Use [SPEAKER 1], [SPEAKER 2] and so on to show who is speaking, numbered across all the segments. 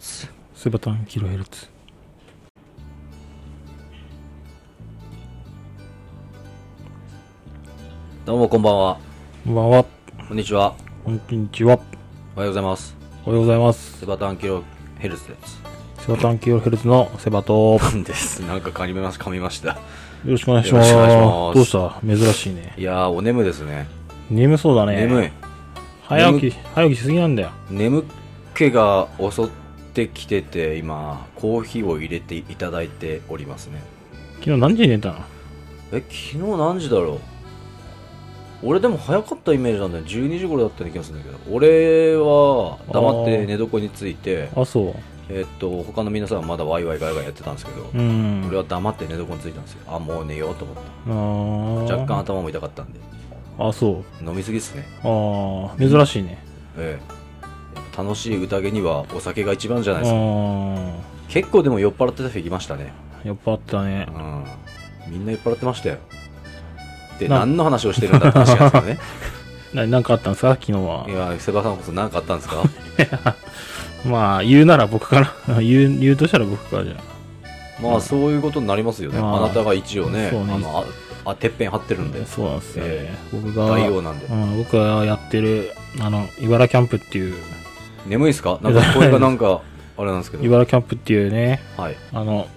[SPEAKER 1] セバタンキロヘルツ
[SPEAKER 2] どうもこんばんは。
[SPEAKER 1] わわ
[SPEAKER 2] こんにちは。
[SPEAKER 1] こんにちは
[SPEAKER 2] おはようございます。
[SPEAKER 1] おはようございます
[SPEAKER 2] セバタンキロヘルツです。
[SPEAKER 1] セバタンキロヘルツのセバとよ
[SPEAKER 2] です。なんか噛みまし噛みました。
[SPEAKER 1] ろしくお願いします
[SPEAKER 2] よろしくお願いします
[SPEAKER 1] どうした珍しいね
[SPEAKER 2] いやー、お眠ですね。
[SPEAKER 1] 眠そうだね
[SPEAKER 2] 眠い。
[SPEAKER 1] 早起き早起きしすぎなんだよ
[SPEAKER 2] 眠気が襲ってきてて、今、コーヒーを入れていただいておりますね。
[SPEAKER 1] 昨日何時に寝たの
[SPEAKER 2] え、昨日何時だろう俺でも早かったイメージなんだよ。12時頃だったような気がするんだけど。俺は黙って寝床について、
[SPEAKER 1] あそう
[SPEAKER 2] えっと、他の皆さんはまだワイワイガイガイやってたんですけど
[SPEAKER 1] う、ん
[SPEAKER 2] 俺は黙って寝床についたんですよ。あ、もう寝ようと思って。
[SPEAKER 1] あー
[SPEAKER 2] 若干頭も痛かったんで
[SPEAKER 1] あそう
[SPEAKER 2] 飲みすぎっすね、
[SPEAKER 1] あー珍しいね
[SPEAKER 2] ええ、楽しい宴にはお酒が一番じゃ
[SPEAKER 1] あ
[SPEAKER 2] ないですか
[SPEAKER 1] ー
[SPEAKER 2] 結構でも酔っ払ってた人いましたね
[SPEAKER 1] 酔っ払ってたね
[SPEAKER 2] うんみんな酔っ払ってましたよで
[SPEAKER 1] な
[SPEAKER 2] 何の話をしてるんだって話なんですよね
[SPEAKER 1] な何 かあったんですか昨日はい
[SPEAKER 2] やセバさんこそ何かあったん ですか
[SPEAKER 1] まあ言うなら僕から 言う言うとしたら僕からじゃん
[SPEAKER 2] まあそういうことになりますよね
[SPEAKER 1] まあ
[SPEAKER 2] あなたが一応ね
[SPEAKER 1] そうね
[SPEAKER 2] あのああてっぺん張ってるんで
[SPEAKER 1] そうなんですよね、
[SPEAKER 2] え
[SPEAKER 1] 僕が
[SPEAKER 2] 大王なんで
[SPEAKER 1] うん、僕がやってるあの茨城キャンプっていう
[SPEAKER 2] 眠いですかなんか声がなんかあれなんですけど
[SPEAKER 1] 茨城キャンプっていうね
[SPEAKER 2] はい
[SPEAKER 1] あの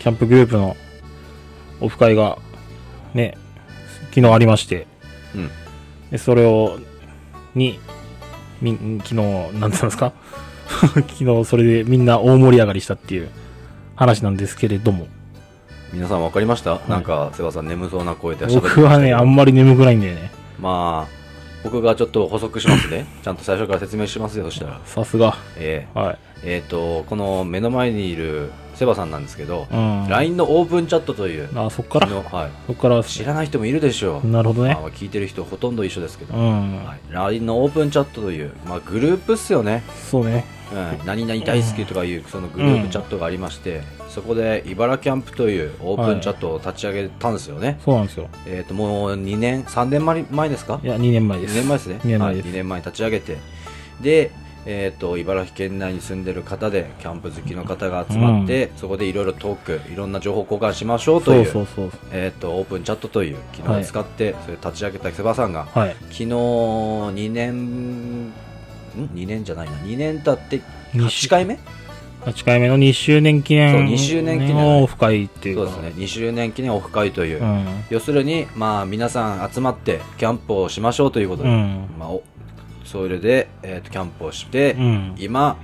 [SPEAKER 1] キャンプグループのオフ会がね昨日ありまして
[SPEAKER 2] うん
[SPEAKER 1] でそれをにみ昨日なんつうんですか 昨日それでみんな大盛り上がりしたっていう話なんですけれども
[SPEAKER 2] 皆さん分かりました、
[SPEAKER 1] い
[SPEAKER 2] なんかセバさん眠そうな声で喋ってましたけ
[SPEAKER 1] 僕
[SPEAKER 2] ど
[SPEAKER 1] はねあんまり眠くないんだよね
[SPEAKER 2] まあ、僕がちょっと補足しますね。 ちゃんと最初から説明しますよ、そしたら。
[SPEAKER 1] さすが
[SPEAKER 2] え
[SPEAKER 1] はい
[SPEAKER 2] ーえーと、この目の前にいるセバさんなんですけど、
[SPEAKER 1] うん
[SPEAKER 2] LINE のオープンチャットという、
[SPEAKER 1] あそっから
[SPEAKER 2] のはい、
[SPEAKER 1] そっから
[SPEAKER 2] 知らない人もいるでしょう。
[SPEAKER 1] なるほどね
[SPEAKER 2] まあ聞いてる人ほとんど一緒ですけ
[SPEAKER 1] う
[SPEAKER 2] ど、
[SPEAKER 1] ん、
[SPEAKER 2] はい、LINE のオープンチャットという、まあ、グループっすよね。
[SPEAKER 1] そうね
[SPEAKER 2] うん、何々大好きとかいうそのグループチャットがありまして、そこで茨キャンプというオープンチャットを立ち上げたんですよね。
[SPEAKER 1] そうなんですよ
[SPEAKER 2] えっ、と、もう2年、3年前前ですか
[SPEAKER 1] いや2年前で
[SPEAKER 2] 2
[SPEAKER 1] す
[SPEAKER 2] 年前ですね。
[SPEAKER 1] 2年前で
[SPEAKER 2] はい
[SPEAKER 1] す、
[SPEAKER 2] 2年前に立ち上げて。で、えっ、と、茨城県内に住んでる方で、キャンプ好きの方が集まって、そこでいろいろトーク、いろんな情報交換しましょうと
[SPEAKER 1] そ
[SPEAKER 2] いう、
[SPEAKER 1] うそうそうそ
[SPEAKER 2] えっ、と、オープンチャットという機能を使って、それ立ち上げたセバさんが、
[SPEAKER 1] うはい
[SPEAKER 2] 昨日2年、ん ?2 年じゃないな、2年経って
[SPEAKER 1] 二週
[SPEAKER 2] 8回目
[SPEAKER 1] 8回目の2周年記念
[SPEAKER 2] そう2周年記念
[SPEAKER 1] のオフ会ってい
[SPEAKER 2] そう
[SPEAKER 1] う
[SPEAKER 2] で
[SPEAKER 1] か
[SPEAKER 2] すね、2周年記念オフ会という、
[SPEAKER 1] うん
[SPEAKER 2] 要するに、まあ、皆さん集まってキャンプをしましょうということで、
[SPEAKER 1] うん
[SPEAKER 2] まあ、おそれで、えーとキャンプをして、
[SPEAKER 1] うん
[SPEAKER 2] 今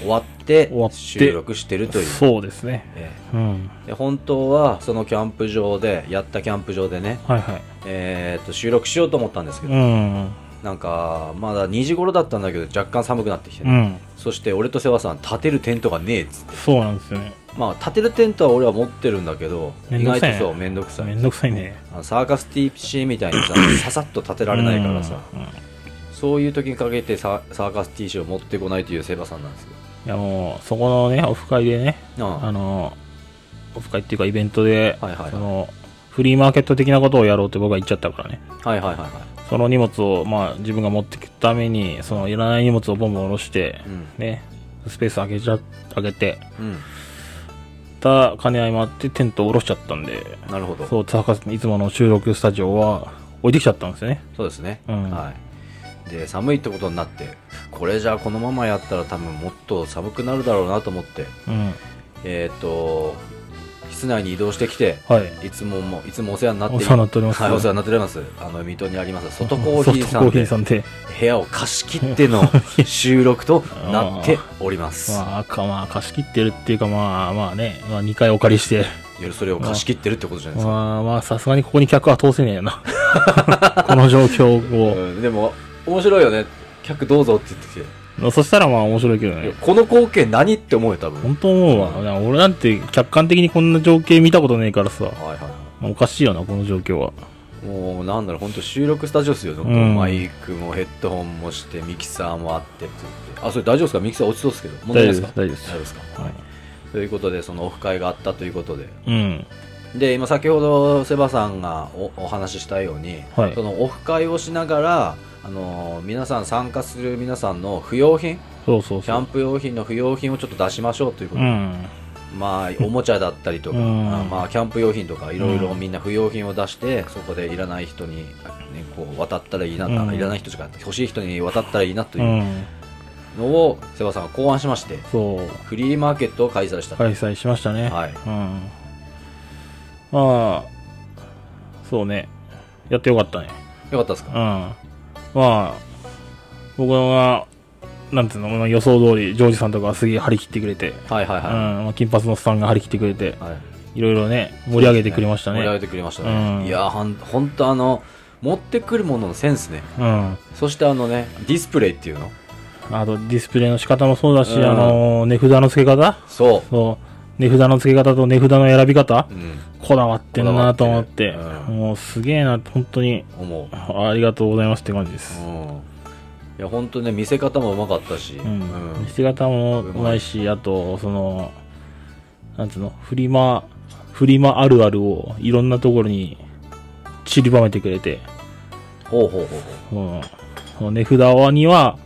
[SPEAKER 2] 終わって
[SPEAKER 1] 終わって
[SPEAKER 2] 収録してるという、
[SPEAKER 1] そうですね
[SPEAKER 2] え
[SPEAKER 1] うん
[SPEAKER 2] ーで本当はそのキャンプ場でやったキャンプ場でね、
[SPEAKER 1] はいはい
[SPEAKER 2] えー、と収録しようと思ったんですけど、
[SPEAKER 1] うん
[SPEAKER 2] なんかまだ2時頃だったんだけど若干寒くなってきて、
[SPEAKER 1] うん
[SPEAKER 2] そして俺と世話さん立てるテントがねえっつって
[SPEAKER 1] そうなんですよね
[SPEAKER 2] まあ立てるテントは俺は持ってるんだけど
[SPEAKER 1] めん
[SPEAKER 2] 意
[SPEAKER 1] どく
[SPEAKER 2] 外と
[SPEAKER 1] さいね
[SPEAKER 2] そうめんどくさい
[SPEAKER 1] めんどくさいね
[SPEAKER 2] あのサーカス TC みたいに さささっと立てられないからさ、
[SPEAKER 1] うんうんい
[SPEAKER 2] そういう時にかけてササーカス T シを持ってこないというセバさんなんですよ。
[SPEAKER 1] やもうそこのねオフ会でねあ
[SPEAKER 2] あ
[SPEAKER 1] のオフ会っていうかイベントで
[SPEAKER 2] はいはいはい
[SPEAKER 1] そのフリーマーケット的なことをやろうって僕は言っちゃったからね
[SPEAKER 2] あはいはいはいは
[SPEAKER 1] その荷物を、まあ、自分が持ってくために、そのいらない荷物をボンボン下ろして
[SPEAKER 2] い。、うん。
[SPEAKER 1] ね、スペース開けちゃ、開けて、
[SPEAKER 2] うん。
[SPEAKER 1] た兼ね合いもあってテントを下ろしちゃったんで、
[SPEAKER 2] なるほど。そう
[SPEAKER 1] そう、高須いつもの収録スタジオは置いてきちゃったんですよね。
[SPEAKER 2] ですね、
[SPEAKER 1] うん
[SPEAKER 2] はい。で、寒いってことになって、これじゃあこのままやったら多分もっと寒くなるだろうなと思って、
[SPEAKER 1] うん。
[SPEAKER 2] えっ、と、室内に移動してきて、
[SPEAKER 1] はい。
[SPEAKER 2] いつもも、いつもお世話になって
[SPEAKER 1] お世話になっております
[SPEAKER 2] はい、お世話になっております。あの、水戸にあります、外コーヒーさん
[SPEAKER 1] 外コーヒー
[SPEAKER 2] で、
[SPEAKER 1] さんで。
[SPEAKER 2] 部屋を貸し切っての収録とな っております。
[SPEAKER 1] まあ、かまあ、貸し切ってるっていうか、まあまあね、まあ2回お借り して、
[SPEAKER 2] いやそれを貸し切ってるってことじゃないですか。
[SPEAKER 1] まあまあ、さすがにここに客は通せねえよな。 この状況を。
[SPEAKER 2] うん、でも面白いよね客どうぞって言ってきて、
[SPEAKER 1] そしたらまあ面白いけど
[SPEAKER 2] いや
[SPEAKER 1] ね。
[SPEAKER 2] この光景何って思うよ多分
[SPEAKER 1] 本当思うわ。俺なんて客観的にこんな情景見たことねえからさ。
[SPEAKER 2] はいは
[SPEAKER 1] おかしいよな、この状況は。
[SPEAKER 2] いもうなんだろう本当収録スタジオっすよ、本当
[SPEAKER 1] うん
[SPEAKER 2] マイクもヘッドホンもしてミキサーもあってって言ってあそれ大丈夫ですかミキサー落ちそうですけど問題ないですか
[SPEAKER 1] 大丈夫で
[SPEAKER 2] 大
[SPEAKER 1] す大
[SPEAKER 2] 丈夫ですか、はい、ということでそのオフ会があったということで
[SPEAKER 1] うん。
[SPEAKER 2] で今先ほどセバさんがおお話ししたように、
[SPEAKER 1] はい
[SPEAKER 2] そのオフ会をしながらあのー皆さん参加する皆さんの不用品
[SPEAKER 1] そうそう
[SPEAKER 2] キ
[SPEAKER 1] そ
[SPEAKER 2] ャ
[SPEAKER 1] う
[SPEAKER 2] ン。プ用品の不要品をちょっと出しましょうというこ
[SPEAKER 1] う
[SPEAKER 2] とで、
[SPEAKER 1] ん。
[SPEAKER 2] まあ、おもちゃだったりとか、
[SPEAKER 1] うん
[SPEAKER 2] あまあ、キャンプ用品とか、いろいうろ
[SPEAKER 1] ん
[SPEAKER 2] みんな不要品を出して、そこでいらない人に、ね、こう渡ったらいいな、
[SPEAKER 1] うん
[SPEAKER 2] いらない人とか、欲しい人に渡ったらいいなと
[SPEAKER 1] う。
[SPEAKER 2] いうんのを、セバさんが考案しまして、
[SPEAKER 1] そう。
[SPEAKER 2] フリーマーケットを開催した。
[SPEAKER 1] 開催しましたね。
[SPEAKER 2] はい
[SPEAKER 1] うん。まあ、そうね。やってよかったね。
[SPEAKER 2] よかったです
[SPEAKER 1] うん。
[SPEAKER 2] か、
[SPEAKER 1] まあ、僕は、なんていうの、まあ予想通り、ジョージさんとかはすげえ張り切ってくれて、
[SPEAKER 2] はいはい
[SPEAKER 1] うん、
[SPEAKER 2] は
[SPEAKER 1] まあ金髪のおっさんが張り切ってくれて
[SPEAKER 2] い。、はい
[SPEAKER 1] いろいろね、盛り上げてくれましたね。
[SPEAKER 2] 盛り上げてくれましたね。
[SPEAKER 1] うん
[SPEAKER 2] いやー、はんほんとあの、持ってくるもののセンスね。
[SPEAKER 1] うん。
[SPEAKER 2] そしてあのね、ディスプレイっていうの。
[SPEAKER 1] あと、ディスプレイの仕方もそうだし、
[SPEAKER 2] うん
[SPEAKER 1] あの、値札の付け方
[SPEAKER 2] そ
[SPEAKER 1] そう。値札の付け方と値札の選び方
[SPEAKER 2] う。うん。
[SPEAKER 1] こだわってんなと思って、
[SPEAKER 2] こだわってるうん
[SPEAKER 1] もうすげえな、本当に、
[SPEAKER 2] 思う。
[SPEAKER 1] ありがとうございますって感じです。
[SPEAKER 2] うんいや本当ね見せ方もうまかったし、
[SPEAKER 1] う
[SPEAKER 2] うん
[SPEAKER 1] ん。見せ方もうまいし、あと、その、なんつうの、フリマ、フリマあるあるをいろんなところに散りばめてくれて、
[SPEAKER 2] ほうほうほう
[SPEAKER 1] うん。その値札には、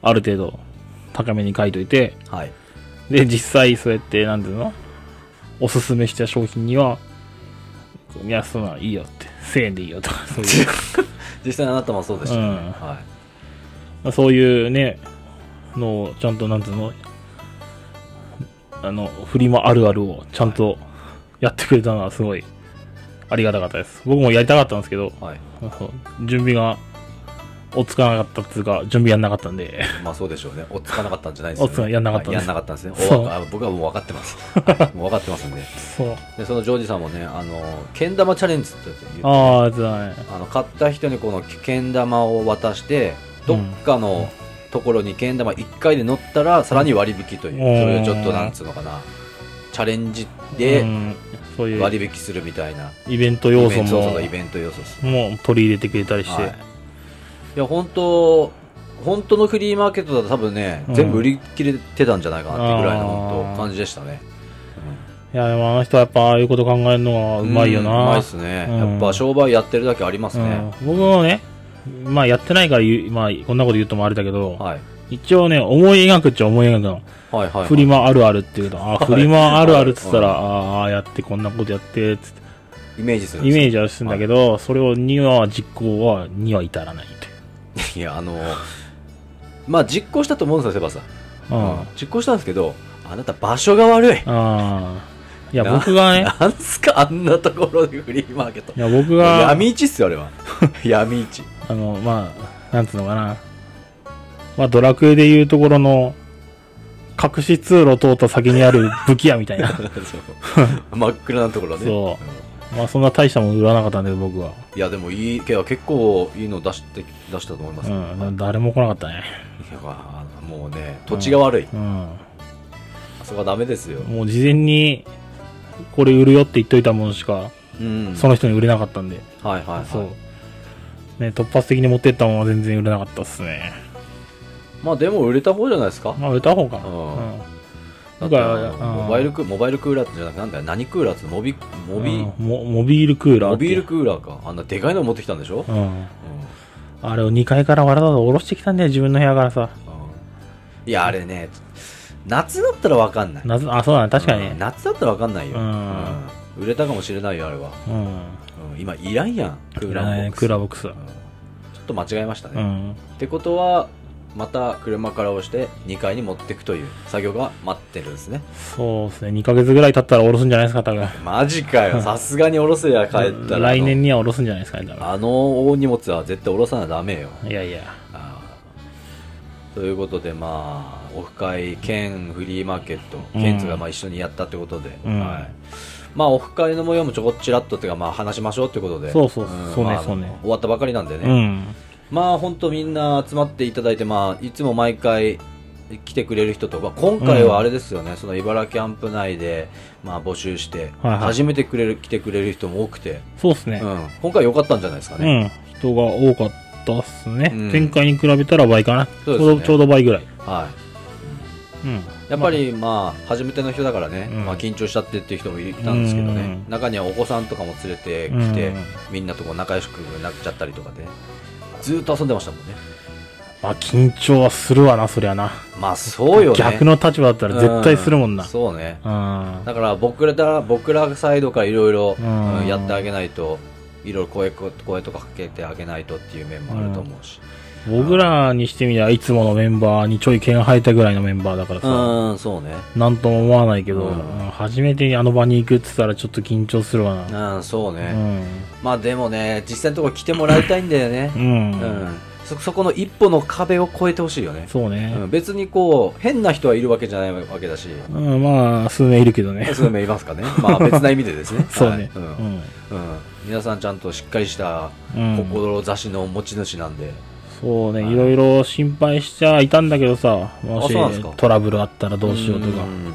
[SPEAKER 1] ある程度、高めに書いといて、
[SPEAKER 2] ほうはい
[SPEAKER 1] で、実際そうやって、なんていうのおすすめした商品には、いや、そんなんいいよって、1000円でいいよとか、そういう。
[SPEAKER 2] 実際あなたもそうでしたね、
[SPEAKER 1] うん
[SPEAKER 2] は
[SPEAKER 1] まあそういうね、のをちゃんとなんていうの、あの、振りもあるあるをちゃんとやってくれたのはすごいありがたかったです。僕もやりたかったんですけど、
[SPEAKER 2] い、はい、
[SPEAKER 1] そう準備が追っつかなかったっていうか、準備やんなかったんで、
[SPEAKER 2] まあそうでしょうねおっつかなかったんじゃないですよ、ね、
[SPEAKER 1] おっつかやんなかったん
[SPEAKER 2] はいや
[SPEAKER 1] です
[SPEAKER 2] んなかったんですね
[SPEAKER 1] そう
[SPEAKER 2] おあ僕はもう分かってます、はいもう分かってますんで
[SPEAKER 1] そう。
[SPEAKER 2] でそのジョージさんもねあのけん玉チャレンジって言ってね
[SPEAKER 1] ああ、じゃあね。
[SPEAKER 2] あの買った人にこのけん玉を渡してどっかのところにけん玉1回で乗ったらさらに割引という、
[SPEAKER 1] うん
[SPEAKER 2] それをちょっとなんつうのかなチャレンジで
[SPEAKER 1] うん、そういう
[SPEAKER 2] 割引するみたいな、
[SPEAKER 1] イベント要
[SPEAKER 2] イ
[SPEAKER 1] 素
[SPEAKER 2] ベント要素
[SPEAKER 1] も
[SPEAKER 2] とイベント要素です、
[SPEAKER 1] もう取り入れてくれたりして、
[SPEAKER 2] はい、いや本当本当のフリーマーケットだと多分ね、
[SPEAKER 1] うん
[SPEAKER 2] 全部売り切れてたんじゃないかなってぐらいの本
[SPEAKER 1] あー
[SPEAKER 2] 当感じでしたね、
[SPEAKER 1] いや、でもあの人はやっぱああいうこと考えるのがうまいよ
[SPEAKER 2] うんう
[SPEAKER 1] な。
[SPEAKER 2] まいっすね、
[SPEAKER 1] うん
[SPEAKER 2] やっぱ商売やってるだけありますね、
[SPEAKER 1] うん僕もね、まあやってないから言う、まあこんなこと言うともあれだけど、
[SPEAKER 2] はい、
[SPEAKER 1] 一応ね、思い描くっちゃ思い描くの。
[SPEAKER 2] はいはいはい
[SPEAKER 1] フリマあるあるっていうの。あ、
[SPEAKER 2] はい
[SPEAKER 1] フリマあるあるって言ったら、ああー、やってこんなことやって、つって、
[SPEAKER 2] イメージするん
[SPEAKER 1] イ
[SPEAKER 2] ですよ
[SPEAKER 1] メージはするんだけど、それを2は実行は、2は至らないってい
[SPEAKER 2] いやあのまあ実行したと思うんですよセバさん、
[SPEAKER 1] う。うん。あ
[SPEAKER 2] 実行したんですけどあなた場所が悪い
[SPEAKER 1] あー。いや、
[SPEAKER 2] な
[SPEAKER 1] 僕がね、
[SPEAKER 2] なんすかあんなところでフリーマーケット
[SPEAKER 1] いや、僕が、
[SPEAKER 2] 闇市っすよあれは 闇市
[SPEAKER 1] あの、まあ、なんつうのかな。まあ、ドラクエでいうところの、隠し通路を通った先にある武器屋みた いな。
[SPEAKER 2] そう真っ暗なところね
[SPEAKER 1] そうんまあそんな大したもん売らなかったんで僕は。
[SPEAKER 2] いやでもいいけど結構いいの出して出したと思いま
[SPEAKER 1] う
[SPEAKER 2] す、い
[SPEAKER 1] ん。誰も来なかったね。
[SPEAKER 2] やあのもうね土地が悪い、
[SPEAKER 1] うん。
[SPEAKER 2] そこはダメですよ、
[SPEAKER 1] もう事前に、これ売るよって言っといたものしか、
[SPEAKER 2] うん、
[SPEAKER 1] その人に売れなかったんで。
[SPEAKER 2] はいはいはい
[SPEAKER 1] そう。ね、突発的に持ってったものは全然売れなかったっすね。
[SPEAKER 2] まあでも売れた方じゃないですか
[SPEAKER 1] まあ売れた方かな。
[SPEAKER 2] う
[SPEAKER 1] うん
[SPEAKER 2] ん。
[SPEAKER 1] だ
[SPEAKER 2] だ
[SPEAKER 1] か
[SPEAKER 2] からら、
[SPEAKER 1] うん
[SPEAKER 2] モバイルクモバイルクーラーじゃなくてなんだよ何クーラーってモビモビ、
[SPEAKER 1] うんモモビールクーラー。
[SPEAKER 2] モビール。クーラーかあんなでかいの持ってきたんでしょ、
[SPEAKER 1] う
[SPEAKER 2] うん
[SPEAKER 1] ん。あれを2階からわざわざ下ろしてきたんだよ、自分の部屋からさ。
[SPEAKER 2] いやあれね夏だったらわかんない
[SPEAKER 1] なぜあ、そうだね。確か
[SPEAKER 2] う
[SPEAKER 1] に
[SPEAKER 2] ん
[SPEAKER 1] ね。
[SPEAKER 2] 夏だったらわかんないよ、
[SPEAKER 1] うん
[SPEAKER 2] うん売れたかもしれないよあれは、
[SPEAKER 1] うん。
[SPEAKER 2] うん今いらんやんクーラーボックス
[SPEAKER 1] クーラーボックス。
[SPEAKER 2] ちょっと間違えました
[SPEAKER 1] う
[SPEAKER 2] ね、
[SPEAKER 1] ん。
[SPEAKER 2] ってことはまた車から押して2階に持っていくという作業が待ってるんですね
[SPEAKER 1] そうですね。2ヶ月ぐらい経ったら下ろすんじゃないですか、多分。
[SPEAKER 2] マジかよさすがに降ろせや帰ったら
[SPEAKER 1] 来年には下ろすんじゃないですかね、多
[SPEAKER 2] あのあの大荷物は絶対降ろさなダメよ
[SPEAKER 1] 分。いやいや。
[SPEAKER 2] あーということでまあオフ会兼フリーマーケット
[SPEAKER 1] うん
[SPEAKER 2] 兼つがまあ一緒にやったってことで、
[SPEAKER 1] うん
[SPEAKER 2] はいまあオフ会の模様もちょこちらっとっていうかまあ話しましょうってことで
[SPEAKER 1] そうそう
[SPEAKER 2] うん
[SPEAKER 1] そうね
[SPEAKER 2] まあ
[SPEAKER 1] そうね
[SPEAKER 2] 終わったばかりなんでね、
[SPEAKER 1] うん。
[SPEAKER 2] まあ本当みんな集まっていただいて、まあ、いつも毎回来てくれる人と、まあ、今回はあれですよね、その茨城キャンプ内で、まあ、募集して、
[SPEAKER 1] はいはい
[SPEAKER 2] 初めてくれる来てくれる人も多くて、
[SPEAKER 1] そうですね
[SPEAKER 2] う。ん、今回良かったんじゃないですか
[SPEAKER 1] う
[SPEAKER 2] ね、
[SPEAKER 1] ん。人が多かったっすね。
[SPEAKER 2] うん
[SPEAKER 1] 前回に比べたら倍かな。ち
[SPEAKER 2] そ
[SPEAKER 1] ょ
[SPEAKER 2] う
[SPEAKER 1] う
[SPEAKER 2] ですね
[SPEAKER 1] ど、ちょうど倍ぐらい。
[SPEAKER 2] はい、
[SPEAKER 1] うん。
[SPEAKER 2] やっぱり、まあ、初めての人だからね、
[SPEAKER 1] うん
[SPEAKER 2] まあ、緊張しちゃってっていう人もいたんですけどね、
[SPEAKER 1] うん
[SPEAKER 2] 中にはお子さんとかも連れてきて、
[SPEAKER 1] うん
[SPEAKER 2] みんなとこう仲良くなっちゃったりとかで、ずーっと遊んでましたもんね。
[SPEAKER 1] まあ緊張はするわな、そりゃな。
[SPEAKER 2] まあそうよね
[SPEAKER 1] 逆の立場だったら絶対するもんな。
[SPEAKER 2] う
[SPEAKER 1] うん。
[SPEAKER 2] そうね
[SPEAKER 1] あ
[SPEAKER 2] だから僕らだ僕らサイドからいろいろ
[SPEAKER 1] うん
[SPEAKER 2] やってあげないといろいろ声こ声とかかけてあげないとっていう面もあると思うし
[SPEAKER 1] 僕らにしてみりゃいつものメンバーにちょい毛が生えたぐらいのメンバーだから
[SPEAKER 2] う
[SPEAKER 1] さ、
[SPEAKER 2] ん、そうね
[SPEAKER 1] なんとも思わないけど、
[SPEAKER 2] うん
[SPEAKER 1] うん初めてあの場に行くって言ったらちょっと緊張するわな。
[SPEAKER 2] うんそう
[SPEAKER 1] う
[SPEAKER 2] ね、
[SPEAKER 1] ん。
[SPEAKER 2] まあでもね実際のところ来てもらいたいんだよね
[SPEAKER 1] う。
[SPEAKER 2] うんんそそこの一歩の壁を越えてほしいよね
[SPEAKER 1] そうね、
[SPEAKER 2] うん別にこう変な人はいるわけじゃないわけだし
[SPEAKER 1] うん。まあ、数名いるけど ね。
[SPEAKER 2] 数名いますかねまあ別な意味でですね
[SPEAKER 1] そうね。
[SPEAKER 2] はいうん
[SPEAKER 1] うん
[SPEAKER 2] うん皆さんちゃんとしっかりした
[SPEAKER 1] うん
[SPEAKER 2] 志の持ち主なんで、
[SPEAKER 1] そうね、
[SPEAKER 2] はい
[SPEAKER 1] いろいろ心配しちゃいたんだけどさ、もし
[SPEAKER 2] そうなんですか
[SPEAKER 1] トラブルあったらどうしようとか、
[SPEAKER 2] ん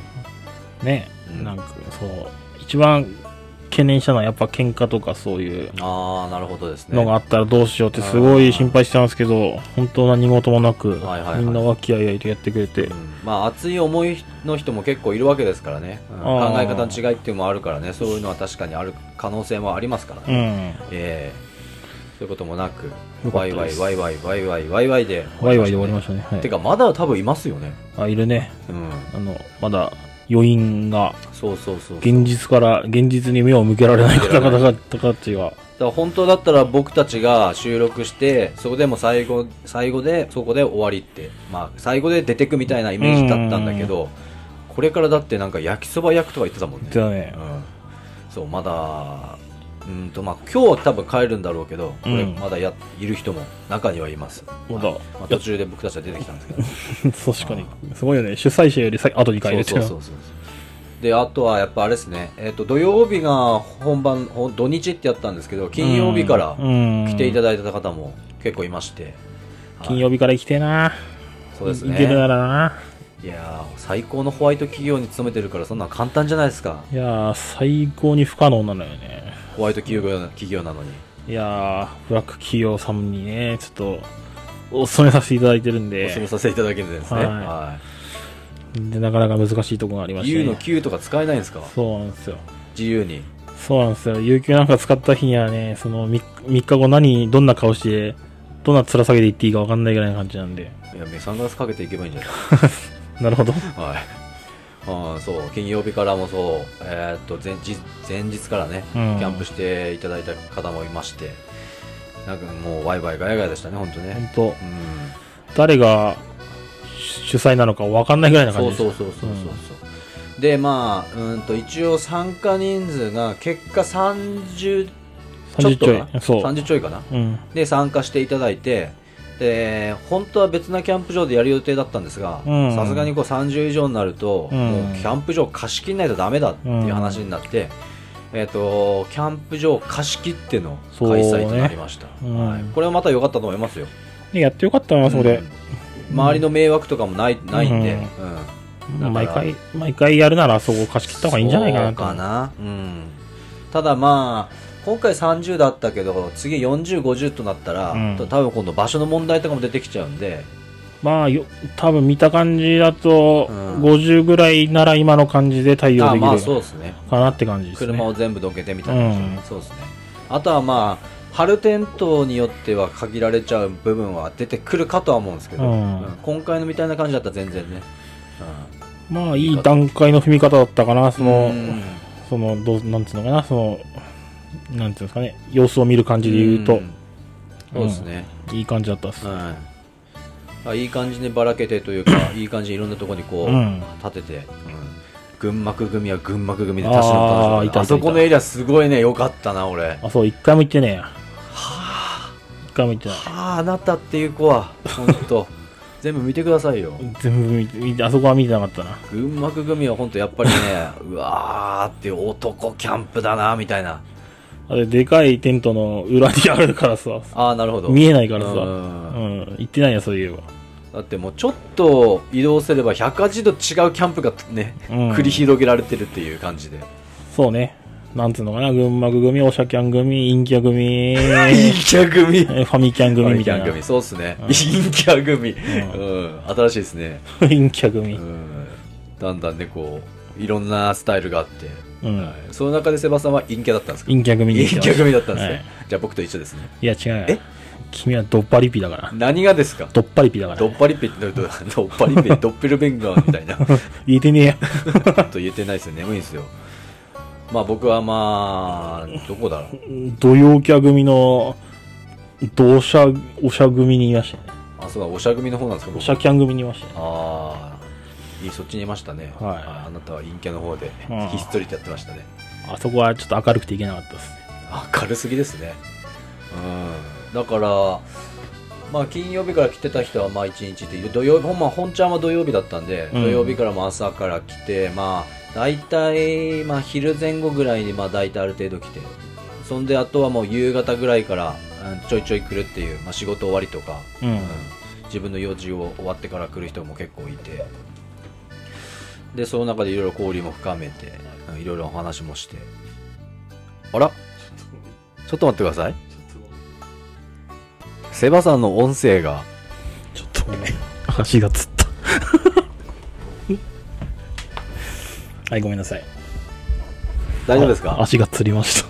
[SPEAKER 1] ね
[SPEAKER 2] う、ん
[SPEAKER 1] なんかそう、一番懸念したのはやっぱ喧嘩とかそういう
[SPEAKER 2] ああなるほどですね
[SPEAKER 1] のがあったらどうしようってすごい心配してたんですけど、本当何事もなく
[SPEAKER 2] はいはいは、い
[SPEAKER 1] みんな和気あいあいとやってくれて
[SPEAKER 2] う、んまあ熱い思いの人も結構いるわけですからね、うん
[SPEAKER 1] あー
[SPEAKER 2] 考え方の違いっていうのもあるからねそういうのは確かにある可能性もありますから
[SPEAKER 1] う
[SPEAKER 2] ね、
[SPEAKER 1] ん、
[SPEAKER 2] えーそういうこともなく
[SPEAKER 1] よか
[SPEAKER 2] ワ
[SPEAKER 1] っ
[SPEAKER 2] イ
[SPEAKER 1] た
[SPEAKER 2] ワ
[SPEAKER 1] で
[SPEAKER 2] イ
[SPEAKER 1] す
[SPEAKER 2] ワイワイワイワイワイワイで
[SPEAKER 1] ワイワイで終わりま
[SPEAKER 2] し
[SPEAKER 1] したね。
[SPEAKER 2] たねて
[SPEAKER 1] は
[SPEAKER 2] かまだ多分いますよね
[SPEAKER 1] い。あ、いるね。
[SPEAKER 2] うん
[SPEAKER 1] あの、まだ余韻が、
[SPEAKER 2] そうそうそうそう
[SPEAKER 1] 現実から、現実に目を向けられない方々たちは、
[SPEAKER 2] だから本当だったら僕たちが収録してそこでも最後最後でそこで終わりって、まあ、最後で出てくみたいなイメージだったんだけどこれからだってなんか焼きそば焼くとか言ってたもんね
[SPEAKER 1] 言ってたね
[SPEAKER 2] うん、そうまだうんとまあ今日は多分帰るんだろうけどこれ
[SPEAKER 1] うん
[SPEAKER 2] まだや、いる人も中にはいます
[SPEAKER 1] まだ
[SPEAKER 2] はいまあ途中で僕たちは出てきたんですけど
[SPEAKER 1] 確かに。すごいよね。主催者よりさ後に帰るってい
[SPEAKER 2] そうう
[SPEAKER 1] の
[SPEAKER 2] そう
[SPEAKER 1] は
[SPEAKER 2] そうそうであとはやっぱあれですね、えっと土曜日が本番ほん土日ってやったんですけど金曜日から、来
[SPEAKER 1] 来
[SPEAKER 2] ていた
[SPEAKER 1] だ
[SPEAKER 2] だいた方も結構いまして、はい
[SPEAKER 1] 金曜日から行きてえな、
[SPEAKER 2] そうです
[SPEAKER 1] 行けるな
[SPEAKER 2] ね
[SPEAKER 1] らない
[SPEAKER 2] やー最高のホワイト企業に勤めてるからそんなん簡単じゃないですか
[SPEAKER 1] いやー最高に不可能なのよね
[SPEAKER 2] ホワイト企業企業なのに
[SPEAKER 1] いやーブラック企業さんにねちょっとお勤めさせていただいてるん
[SPEAKER 2] お勧め
[SPEAKER 1] で
[SPEAKER 2] させていただけるんですね、
[SPEAKER 1] はい
[SPEAKER 2] は
[SPEAKER 1] でなかなか難しいところがあり
[SPEAKER 2] い
[SPEAKER 1] まして、
[SPEAKER 2] U
[SPEAKER 1] ね、
[SPEAKER 2] の Q とか使えないんですか
[SPEAKER 1] そうなんですよ
[SPEAKER 2] 自由に
[SPEAKER 1] そうなんですよ有給なんか使った日にはねその 3, 日後何どんな顔してどんな面下げで行っていいか分かんないぐらいの感じなんで
[SPEAKER 2] いやサングラスかけていけばいいんじゃない
[SPEAKER 1] なるほど
[SPEAKER 2] はいあーそう金曜日からもそう、えーっと前日前日からね、
[SPEAKER 1] うん
[SPEAKER 2] キャンプしていただいた方もいましてなんかもうワイワイガヤガヤでしたね本当ね、
[SPEAKER 1] 本当
[SPEAKER 2] うん、
[SPEAKER 1] 誰が主催なのか分かんないぐらいの
[SPEAKER 2] そ
[SPEAKER 1] 感じ
[SPEAKER 2] う
[SPEAKER 1] で
[SPEAKER 2] そうそうそうそうそうでまあうんと一応参加人数が結果30ちょっ
[SPEAKER 1] 30
[SPEAKER 2] と
[SPEAKER 1] ち
[SPEAKER 2] かな
[SPEAKER 1] ょいそう
[SPEAKER 2] 30ちょいかな
[SPEAKER 1] うん
[SPEAKER 2] で参加していただいてで本当は別なキャンプ場でやる予定だったんですが
[SPEAKER 1] うん
[SPEAKER 2] さすがにこう30以上になると、
[SPEAKER 1] うん
[SPEAKER 2] もうキャンプ場貸し切んないとダメだっていう話になって、えっとキャンプ場貸し切っての開催となりました、
[SPEAKER 1] そうねうん
[SPEAKER 2] はい、これはまた良かったと思いますよ
[SPEAKER 1] ねやってよかったなそれ、
[SPEAKER 2] うん周りの迷惑とかもないないんで、うんだから
[SPEAKER 1] 毎回、毎回やるならあそこ貸し切った方がいいんじゃないかな
[SPEAKER 2] そう
[SPEAKER 1] と。
[SPEAKER 2] かな、うん、ただまあ今回30だったけど次4050となったら、
[SPEAKER 1] うん
[SPEAKER 2] 多分今度場所の問題とかも出てきちゃうんで
[SPEAKER 1] まあ、よ、多分見た感じだと、
[SPEAKER 2] うん
[SPEAKER 1] 50ぐらいなら今の感じで対応
[SPEAKER 2] あ
[SPEAKER 1] で
[SPEAKER 2] まあ
[SPEAKER 1] き
[SPEAKER 2] そう
[SPEAKER 1] る
[SPEAKER 2] ですね
[SPEAKER 1] かなって感じですね。
[SPEAKER 2] 車を全部どけてみたいな感じ、
[SPEAKER 1] うん
[SPEAKER 2] そうですねあとはまあ春テントによっては限られちゃう部分は出てくるかとは思うんですけど、
[SPEAKER 1] うん
[SPEAKER 2] うん今回のみたいな感じだったら全然ね、
[SPEAKER 1] まあ、いい段階の踏み方だったかな。そ
[SPEAKER 2] うん
[SPEAKER 1] の、その、どう、なんつうのかな、その、なんつうんですかね、様子を見る感じで言うと、
[SPEAKER 2] んそうですね、
[SPEAKER 1] いい感じだったっす。
[SPEAKER 2] はい、あいい感じにばらけてという かいい感じにいろんなところにこう、
[SPEAKER 1] うん
[SPEAKER 2] 立てて、群幕組は群幕組で足しな
[SPEAKER 1] あ
[SPEAKER 2] っ
[SPEAKER 1] ーい
[SPEAKER 2] た
[SPEAKER 1] た
[SPEAKER 2] あそこのエリアすごいね良かったな俺
[SPEAKER 1] あ、そう、一回も行ってねえや。一回も行ってない。
[SPEAKER 2] あああなたっていう子は本当 全部見てくださいよ
[SPEAKER 1] 全部見て見て、あそこは見てなかったな。
[SPEAKER 2] 群幕組は本当やっぱり ねうわーって男キャンプだなみたいな
[SPEAKER 1] あれ、でかいテントの裏にあるからさ、
[SPEAKER 2] ああなるほど
[SPEAKER 1] 見えないからさ、う
[SPEAKER 2] うん
[SPEAKER 1] ん、行ってないや、そういえば。
[SPEAKER 2] だってもうちょっと移動すれば180度違うキャンプがね、
[SPEAKER 1] うん
[SPEAKER 2] 繰り広げられてるっていう感じで
[SPEAKER 1] そうね。なんつうのかな、群馬組、おしゃキャン組、陰キャ 組、
[SPEAKER 2] いい
[SPEAKER 1] え
[SPEAKER 2] キャ組
[SPEAKER 1] ーファミキャン組みたい
[SPEAKER 2] 陰
[SPEAKER 1] な。
[SPEAKER 2] キャ組そうっすね、
[SPEAKER 1] うん
[SPEAKER 2] 陰キャ組、
[SPEAKER 1] う
[SPEAKER 2] うん、新しいですね、
[SPEAKER 1] 陰キャ
[SPEAKER 2] う
[SPEAKER 1] 組。
[SPEAKER 2] ん、だんだんねこういろんなスタイルがあって、
[SPEAKER 1] うん
[SPEAKER 2] はいその中でセバさんは陰キャだったんですか
[SPEAKER 1] 陰キャ組に
[SPEAKER 2] 陰
[SPEAKER 1] 行って
[SPEAKER 2] キャ
[SPEAKER 1] ました
[SPEAKER 2] 組だったんですね、
[SPEAKER 1] はい
[SPEAKER 2] じゃあ僕と一緒ですね
[SPEAKER 1] いや、違うよ。君はドッパリピだから。
[SPEAKER 2] 何がですか
[SPEAKER 1] ドッパリピだか
[SPEAKER 2] ド
[SPEAKER 1] ら。
[SPEAKER 2] ッパリペドドドッパリペドッペルベンガーみたいなちょ
[SPEAKER 1] 言えてね
[SPEAKER 2] っと言えてないですよ眠いんですよまあ僕はまあどこだろう
[SPEAKER 1] えや。土曜キャ組の、同社、おしゃ組にいましたね。
[SPEAKER 2] あそうだおしゃ組の方なんですか
[SPEAKER 1] お
[SPEAKER 2] 僕
[SPEAKER 1] しゃキャン組にいましたね。
[SPEAKER 2] ああいいそっちにいましたね、
[SPEAKER 1] はい
[SPEAKER 2] ああなたは陰キャの方で
[SPEAKER 1] うん
[SPEAKER 2] ひっそりとやってましたね
[SPEAKER 1] あそこはちょっと明るくていけなかったですね。
[SPEAKER 2] 明るすぎですねうんだからまあ金曜日から来てた人はまあ1日で土曜日ほんま本ちゃんは土曜日だったんで、
[SPEAKER 1] うん
[SPEAKER 2] 土曜日からも朝から来てまあ大体まあ昼前後ぐらいにまあ大体ある程度来てそんであとはもう夕方ぐらいから、うんちょいちょい来るっていう、まあ、仕事終わりとか、
[SPEAKER 1] うん
[SPEAKER 2] うん自分の用事を終わってから来る人も結構いてでその中でいろいろ交流も深めてうんいろいろお話もしてあらちょっと待ってくださいセバさんの音声が
[SPEAKER 1] ちょっとね、 足が つった。はい、ごめんなさい。
[SPEAKER 2] 大丈夫ですか
[SPEAKER 1] 足がつりました。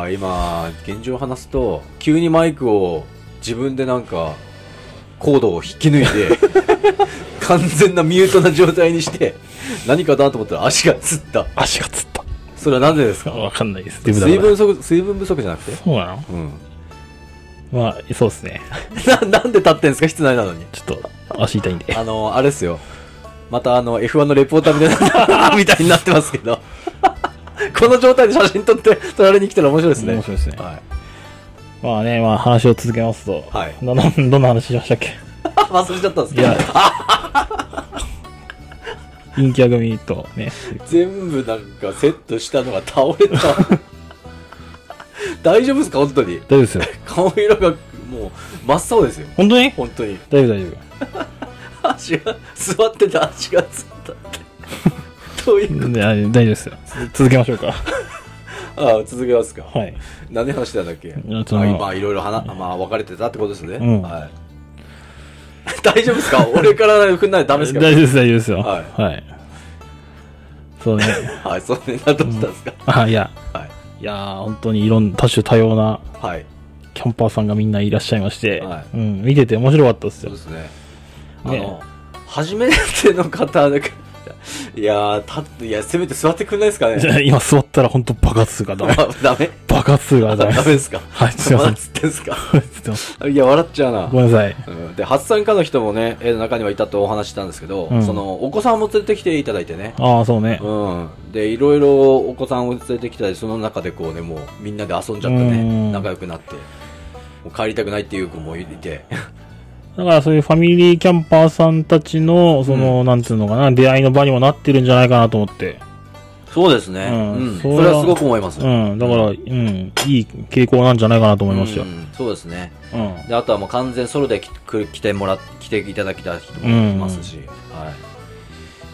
[SPEAKER 2] あ今現状話すと急にマイクを自分でなんかコードを引き抜いて完全なミュートな状態にして何かだと思ったら足がつった
[SPEAKER 1] 足がつった。
[SPEAKER 2] それはなぜですか
[SPEAKER 1] わかんないです。
[SPEAKER 2] 水分不足水分不足じゃなくて
[SPEAKER 1] そうなの
[SPEAKER 2] うん
[SPEAKER 1] まあ、そうですね。
[SPEAKER 2] な なんで立ってんですか室内なの に
[SPEAKER 1] ちょっと、足痛いんで。
[SPEAKER 2] あのあれですよまたあの F1 のレポーターみたい なみたいになってますけど この状態で写真撮って撮られに来たら面白いですね
[SPEAKER 1] 面白いですね
[SPEAKER 2] はい、
[SPEAKER 1] まあね、まあ話を続けますと。
[SPEAKER 2] はい
[SPEAKER 1] ななどんな話しましたっけ
[SPEAKER 2] 忘れちゃったんです
[SPEAKER 1] い
[SPEAKER 2] けど
[SPEAKER 1] や。陰キャ組とね。
[SPEAKER 2] 全部なんかセットしたのが倒れた 大丈夫ですか本当に
[SPEAKER 1] 大丈夫ですよ。
[SPEAKER 2] 顔色がもう真っ青ですよ
[SPEAKER 1] 本当に
[SPEAKER 2] 本当に
[SPEAKER 1] 大丈夫大丈
[SPEAKER 2] 足が座ってて足がつった ってどういう
[SPEAKER 1] 夫。であ大丈夫ですよ。つ続けまし ょうか。
[SPEAKER 2] ああ続けますか
[SPEAKER 1] はい。
[SPEAKER 2] 何で話してたんだっけ
[SPEAKER 1] やその
[SPEAKER 2] あ今いろいろ話、まあ、別れてたってことですね。
[SPEAKER 1] うん
[SPEAKER 2] はい、 大丈夫です か俺から振んないとダメです
[SPEAKER 1] 大丈
[SPEAKER 2] か
[SPEAKER 1] 夫です、大丈夫ですよ。
[SPEAKER 2] はい
[SPEAKER 1] い。そうね。
[SPEAKER 2] はい、そうね。などうしたんですか、
[SPEAKER 1] あ、いや、
[SPEAKER 2] はい。
[SPEAKER 1] いやー本当にいろんな多種多様な
[SPEAKER 2] はい。
[SPEAKER 1] キャンパーさんがみんないらっしゃいまして、
[SPEAKER 2] は
[SPEAKER 1] うん、見てて面白かったです
[SPEAKER 2] そう
[SPEAKER 1] よ
[SPEAKER 2] で。すね。あ
[SPEAKER 1] ね
[SPEAKER 2] の、初めての方だけ、いやー、立って、いや、せめて座ってくんないですかね
[SPEAKER 1] じゃあ 今座ったら本当爆発する からダメ。
[SPEAKER 2] あダメ
[SPEAKER 1] 爆発するから
[SPEAKER 2] ダ
[SPEAKER 1] ダ
[SPEAKER 2] メ
[SPEAKER 1] メ。
[SPEAKER 2] ですか
[SPEAKER 1] はいすいません
[SPEAKER 2] まだ つってんすか
[SPEAKER 1] ち
[SPEAKER 2] いや、笑っちゃう
[SPEAKER 1] ょっ
[SPEAKER 2] な
[SPEAKER 1] と。ごめんなさい。
[SPEAKER 2] うんで、初参加の人もね、絵の中にはいたとお話ししたんですけど、
[SPEAKER 1] うん
[SPEAKER 2] その、お子さんも連れてきていただいてね。
[SPEAKER 1] ああ、そうね。
[SPEAKER 2] うん、でいろいろお子さんを連れてきたりその中でこうねもうみんなで遊んじゃって
[SPEAKER 1] うん
[SPEAKER 2] ね仲良くなってもう帰りたくないっていう子もいて
[SPEAKER 1] だからそういうファミリーキャンパーさんたちの、その、なんつうのかな、出会いの場にもなってるんじゃないかなと思って。
[SPEAKER 2] そうですね
[SPEAKER 1] うん
[SPEAKER 2] うん
[SPEAKER 1] そ
[SPEAKER 2] そ
[SPEAKER 1] れは
[SPEAKER 2] れはすごく思います、
[SPEAKER 1] うん。だから、うん、いい傾向なんじゃないかなと思いましたよ
[SPEAKER 2] う。んそうですね
[SPEAKER 1] うん。
[SPEAKER 2] であとはもう完全ソロで来来来てもら来ていただきた人もいますし、は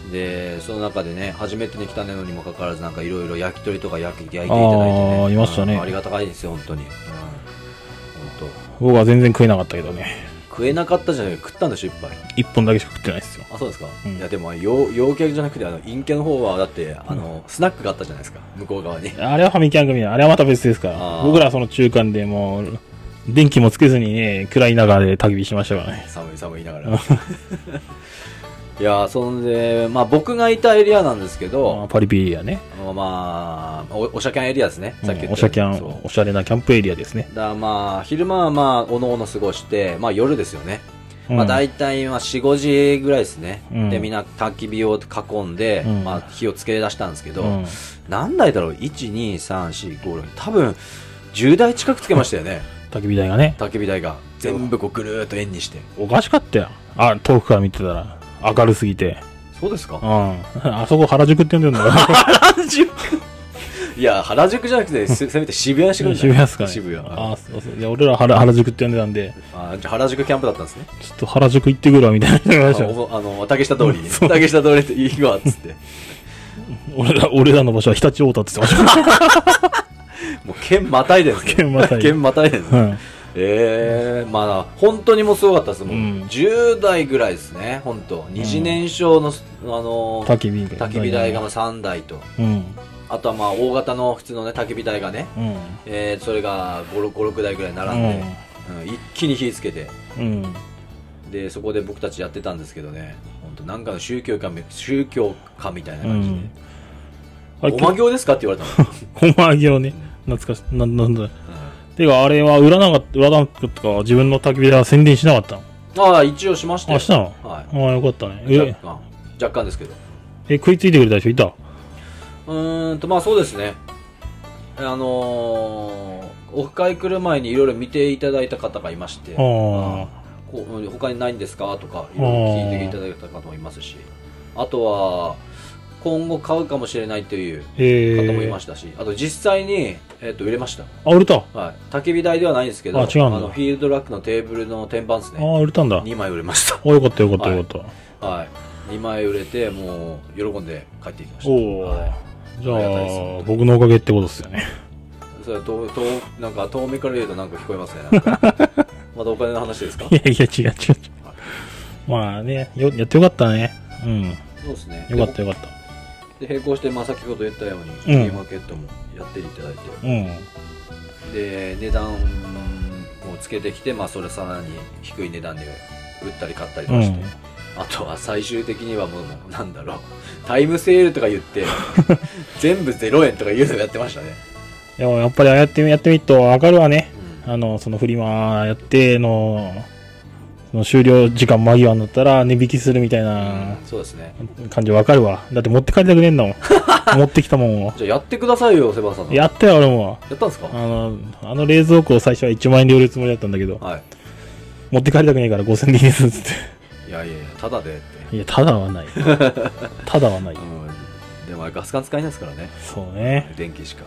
[SPEAKER 2] い、でその中でね初めてに来たのにもかかわらずなんかいろいろ焼き鳥とか焼き焼いていただいて
[SPEAKER 1] あー
[SPEAKER 2] ね
[SPEAKER 1] いましたね
[SPEAKER 2] うんありがたいですよ本当に、うん、本当
[SPEAKER 1] 僕は全然食えなかったけどね。
[SPEAKER 2] 食えなかったじゃない食ったんでしょいっぱい
[SPEAKER 1] 一本だけしか食ってないですよ。
[SPEAKER 2] あそうですか、
[SPEAKER 1] うん
[SPEAKER 2] いやでも陽陽キャじゃなくてあの陰キャの方はだってあの、スナックがあったじゃないですか向こう側に
[SPEAKER 1] あれはファミキャン組だ。あれはまた別ですか
[SPEAKER 2] あ
[SPEAKER 1] ら。
[SPEAKER 2] ー
[SPEAKER 1] 僕らはその中間でもう、電気もつけずにね、暗い中で焚き火しましたからね。
[SPEAKER 2] 寒い寒い言いながら いやそんで、まあ、僕がいたエリアなんですけ
[SPEAKER 1] まあ
[SPEAKER 2] ど、
[SPEAKER 1] パリピエリアね。
[SPEAKER 2] まあ、おおしゃキャンエリアですね、さっき言ったよう
[SPEAKER 1] うん
[SPEAKER 2] に
[SPEAKER 1] おしゃキャ
[SPEAKER 2] そう
[SPEAKER 1] ン、おしゃれなキャンプエリアですね。
[SPEAKER 2] だからまあ昼間はまあおのおの過ごして、まあ、夜ですよね、
[SPEAKER 1] うん
[SPEAKER 2] まあ、大体まあ45時ぐらいですね、
[SPEAKER 1] うん
[SPEAKER 2] でみんな焚き火を囲んで、
[SPEAKER 1] うん
[SPEAKER 2] まあ、火をつけ出したんですけど、
[SPEAKER 1] うん
[SPEAKER 2] 何台だろう12345多分10台近くつけましたよね
[SPEAKER 1] 焚き火台がね。
[SPEAKER 2] 焚き火台が全部こうぐるーっと円にして
[SPEAKER 1] おかしかったよ。あ、遠くから見てたら。明るすぎて。
[SPEAKER 2] そうです
[SPEAKER 1] う
[SPEAKER 2] か
[SPEAKER 1] ん。 あそこ原宿って呼んでるんだ か
[SPEAKER 2] 原宿いや原宿じゃなくて せせめて渋谷にしてく
[SPEAKER 1] ら。
[SPEAKER 2] れ
[SPEAKER 1] 渋谷っすかね。
[SPEAKER 2] 渋谷
[SPEAKER 1] あ、そうそう。いや、俺ら原原宿って呼んでたんで、
[SPEAKER 2] あじゃあ原宿キャンプだったんですね
[SPEAKER 1] ちょっと原宿行ってくるわ、みたいな人がい
[SPEAKER 2] あ
[SPEAKER 1] ましたよ。
[SPEAKER 2] おあの竹下通りに
[SPEAKER 1] そう
[SPEAKER 2] 竹下通りでいいわっつって
[SPEAKER 1] 俺ら、俺らの場所は日立太田って言っ てまし
[SPEAKER 2] もう県またいでるんですね
[SPEAKER 1] 県またいで
[SPEAKER 2] 県またいでるんです
[SPEAKER 1] た。
[SPEAKER 2] ね
[SPEAKER 1] うん。
[SPEAKER 2] ええまあ、本当にもうすごかったです。もう、
[SPEAKER 1] うん
[SPEAKER 2] 10代ぐらいですね、本当。二次燃焼の、あの、
[SPEAKER 1] 焚き火
[SPEAKER 2] 焚き火台がまあ3台と。
[SPEAKER 1] うん。
[SPEAKER 2] あとはまあ大型の普通のね焚き火台がね、
[SPEAKER 1] うん。
[SPEAKER 2] えーそれが56台ぐらい並んで、うん一気に火つけて
[SPEAKER 1] うん。うん。
[SPEAKER 2] でそこで僕たちやってたんですけどね本当なんかの宗教かみ宗教かみたいな
[SPEAKER 1] う
[SPEAKER 2] 感じで
[SPEAKER 1] ん。あれ、
[SPEAKER 2] おま行ですか?」って言われ たの、
[SPEAKER 1] おまぎをね、懐かしい。な、なんだ。てか、あれは売らなかった、売らなかったか、自分の焚き火では宣伝しなかったの。
[SPEAKER 2] うんああ一応しましたよ
[SPEAKER 1] あ、したの
[SPEAKER 2] は
[SPEAKER 1] ああ、よかったね。
[SPEAKER 2] い
[SPEAKER 1] え
[SPEAKER 2] 若、干若干ですけど
[SPEAKER 1] え食いついてくれた人いた
[SPEAKER 2] うーんとまあそうですねあのー、オフ会来る前にいろいろ見ていただいた方がいまして
[SPEAKER 1] あ
[SPEAKER 2] うん
[SPEAKER 1] ー
[SPEAKER 2] こううん他にないんですかとかいろいろ聞いていただいた方もいますしあとは今後買うかもしれないという
[SPEAKER 1] え
[SPEAKER 2] 方
[SPEAKER 1] ー、
[SPEAKER 2] もいましたし、あと実際に、えっと売れました、
[SPEAKER 1] あ、売れた。あ
[SPEAKER 2] はい、焚き火台ではないんですけど
[SPEAKER 1] あ違うんだ
[SPEAKER 2] のフィールドラックのテーブルの天板ですね
[SPEAKER 1] あ、売れたんだ。
[SPEAKER 2] 2枚売れまし
[SPEAKER 1] あ、よかったよかったよかっ
[SPEAKER 2] た、
[SPEAKER 1] た。
[SPEAKER 2] はい、2枚売れてもう喜んで帰っていきました
[SPEAKER 1] おお、
[SPEAKER 2] はい
[SPEAKER 1] じゃ
[SPEAKER 2] ありがたいです本
[SPEAKER 1] あ、僕のおかげってことですよね。
[SPEAKER 2] それは遠遠なんか遠目から言うとなんか聞こえますねなんか まだお金の話ですか
[SPEAKER 1] いやいや、違う違う違う。まあね、よやってよかったね。う
[SPEAKER 2] そうですね
[SPEAKER 1] ん。よかったよかった。
[SPEAKER 2] で並行して、まあ、先ほど言ったように、フ
[SPEAKER 1] うん
[SPEAKER 2] リーマーケットもやっていただいて
[SPEAKER 1] うん。
[SPEAKER 2] で値段をつけてきて、まあ、それさらに低い値段で売ったり買ったりと
[SPEAKER 1] う
[SPEAKER 2] か
[SPEAKER 1] ん
[SPEAKER 2] して、。あとは最終的にはもうなんだろうタイムセールとか言って 全部0円とかいうのをやってましたね、
[SPEAKER 1] でもやっぱりああやってみやってみるとわかるわね。あの、そのフリマやっての、その終了時間間際になったら値引きするみたいな
[SPEAKER 2] そうですね
[SPEAKER 1] 感じわかるわ。だって持って帰りたくねえんだ もん。持ってきたもんを。
[SPEAKER 2] じゃあやってくださいよセバさん
[SPEAKER 1] やったよ、俺も。
[SPEAKER 2] やったんですか
[SPEAKER 1] あの、あの冷蔵庫を最初は1万円で売るつもりだったんだけど、
[SPEAKER 2] はい
[SPEAKER 1] 持って帰りたくねえから5000でいいですっつって。
[SPEAKER 2] いやいやいやただでって、
[SPEAKER 1] いや、ただはない。ただはない。
[SPEAKER 2] うん、でもあれガス管使いないですからね
[SPEAKER 1] そうね。
[SPEAKER 2] 電気しか、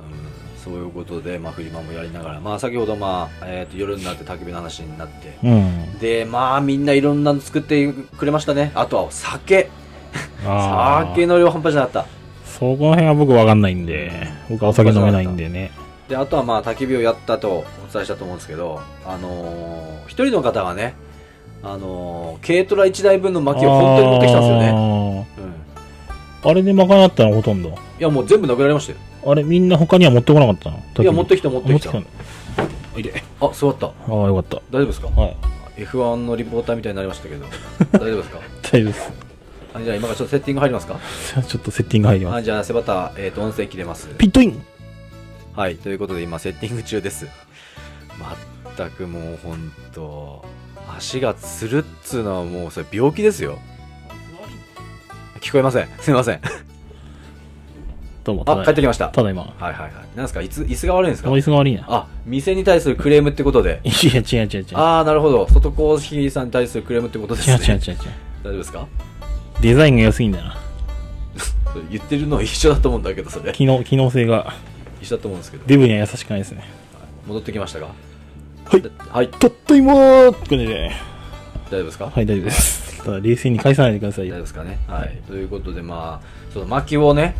[SPEAKER 2] うん、そういうことで、まあ、フリマもやりながら、まあ、先ほど、まあえー、と夜になって焚き火の話になって
[SPEAKER 1] うん。
[SPEAKER 2] でまあみんないろんなの作ってくれましたねあとは酒
[SPEAKER 1] あ
[SPEAKER 2] 酒
[SPEAKER 1] あ。
[SPEAKER 2] の量半端じゃなかった
[SPEAKER 1] そこの辺は僕わかんないんで、僕はお酒飲めないんでね。
[SPEAKER 2] であとはまあ焚き火をやったとお伝えしたと思うんですけどあのー一人の方がねあのー軽トラ1台分の薪を本当に持ってきたんですよね、
[SPEAKER 1] ね。
[SPEAKER 2] うん、
[SPEAKER 1] あれで賄ったのほとんど。
[SPEAKER 2] いやもう全部なくなりましたよ
[SPEAKER 1] あれみんな他には持ってこなかったの
[SPEAKER 2] いや持って
[SPEAKER 1] き
[SPEAKER 2] きた持
[SPEAKER 1] た
[SPEAKER 2] ってきた
[SPEAKER 1] 持って
[SPEAKER 2] おいであ座った
[SPEAKER 1] きたのああ、よかった。
[SPEAKER 2] 大丈夫ですか
[SPEAKER 1] はい。
[SPEAKER 2] F1 のリポーターみたいになりましたけど大丈夫ですか
[SPEAKER 1] 大丈夫です。
[SPEAKER 2] あじゃあ今からちょっとセッティング入りますか
[SPEAKER 1] じゃあちょっとセッティング入りま
[SPEAKER 2] は
[SPEAKER 1] す。
[SPEAKER 2] いじゃあセバタ、えー、と音声切れます
[SPEAKER 1] ピットイン
[SPEAKER 2] はいということで今セッティング中ですまったくもうほんと足がつるっつうのはもうそれ病気ですよ聞こえませんすいません
[SPEAKER 1] どうも、た
[SPEAKER 2] あ
[SPEAKER 1] だ
[SPEAKER 2] 帰っ
[SPEAKER 1] い
[SPEAKER 2] てきました
[SPEAKER 1] ただいま。
[SPEAKER 2] はいはいはいなんですかいつ椅子が悪いんですか
[SPEAKER 1] ノイスが悪いな。
[SPEAKER 2] あ店に対するクレームってことで
[SPEAKER 1] いや、違う違う違う。
[SPEAKER 2] ああなるほど外コーヒーさんに対するクレームってことです
[SPEAKER 1] 違う
[SPEAKER 2] ね
[SPEAKER 1] 違う違う違う。
[SPEAKER 2] 大丈夫ですか
[SPEAKER 1] デザインが良すぎんだよな。
[SPEAKER 2] それ言ってるの一緒だと思うんだけどそれ
[SPEAKER 1] 機能、機能性が、
[SPEAKER 2] 一緒だと思うんですけど
[SPEAKER 1] デブには優しくないですね。
[SPEAKER 2] 戻ってきましたか
[SPEAKER 1] はい
[SPEAKER 2] はい
[SPEAKER 1] たった今ーって感じで。
[SPEAKER 2] 大丈夫ですか
[SPEAKER 1] はい、大丈夫です。ただ、冷静に返さないでくださ
[SPEAKER 2] 大
[SPEAKER 1] い
[SPEAKER 2] 丈夫
[SPEAKER 1] よ。
[SPEAKER 2] ですかね、はい、ということで、まあ、その薪をね、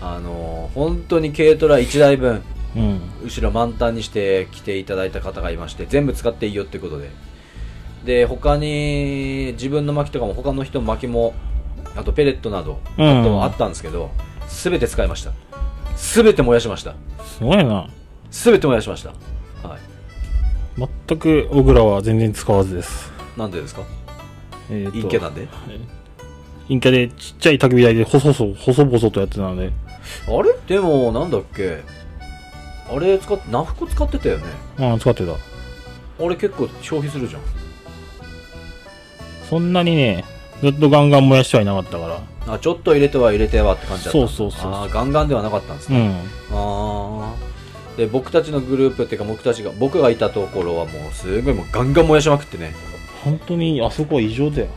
[SPEAKER 2] あのー本当に軽トラ1台分、
[SPEAKER 1] うん。
[SPEAKER 2] 後ろ満タンにして来ていただいた方がいまして、全部使っていいよってことで、で他に自分の薪とかも、他の人の薪も、あとペレットなど、
[SPEAKER 1] うん
[SPEAKER 2] あとあったんですけど、すべて使いました、すべて燃やしました、
[SPEAKER 1] すごいな。
[SPEAKER 2] すべて燃やしました、はい、
[SPEAKER 1] 全く、僕らは全然使わずです。
[SPEAKER 2] なんでですか、
[SPEAKER 1] えーと
[SPEAKER 2] 陰キャなんで、
[SPEAKER 1] 陰キャで、ちっちゃい焚き火台で、細々、細々とやってたので、
[SPEAKER 2] あれでも、なんだっけ、あれ使って、ナフコ使ってたよね。
[SPEAKER 1] うん、使ってた。
[SPEAKER 2] 俺結構消費するじゃん
[SPEAKER 1] そんなにね、ずっとガンガン燃やしてはいなかったから。
[SPEAKER 2] あちょっと入れては入れてはって感じだった
[SPEAKER 1] そうそうそうそう
[SPEAKER 2] あーガンガンではなかったんです
[SPEAKER 1] う
[SPEAKER 2] ね、
[SPEAKER 1] ん。
[SPEAKER 2] あーで僕たちのグループっていうか僕たちが僕がいたところはもうすごいもうガンガン燃やしまくってね
[SPEAKER 1] 本当に、あそこは異常だよ。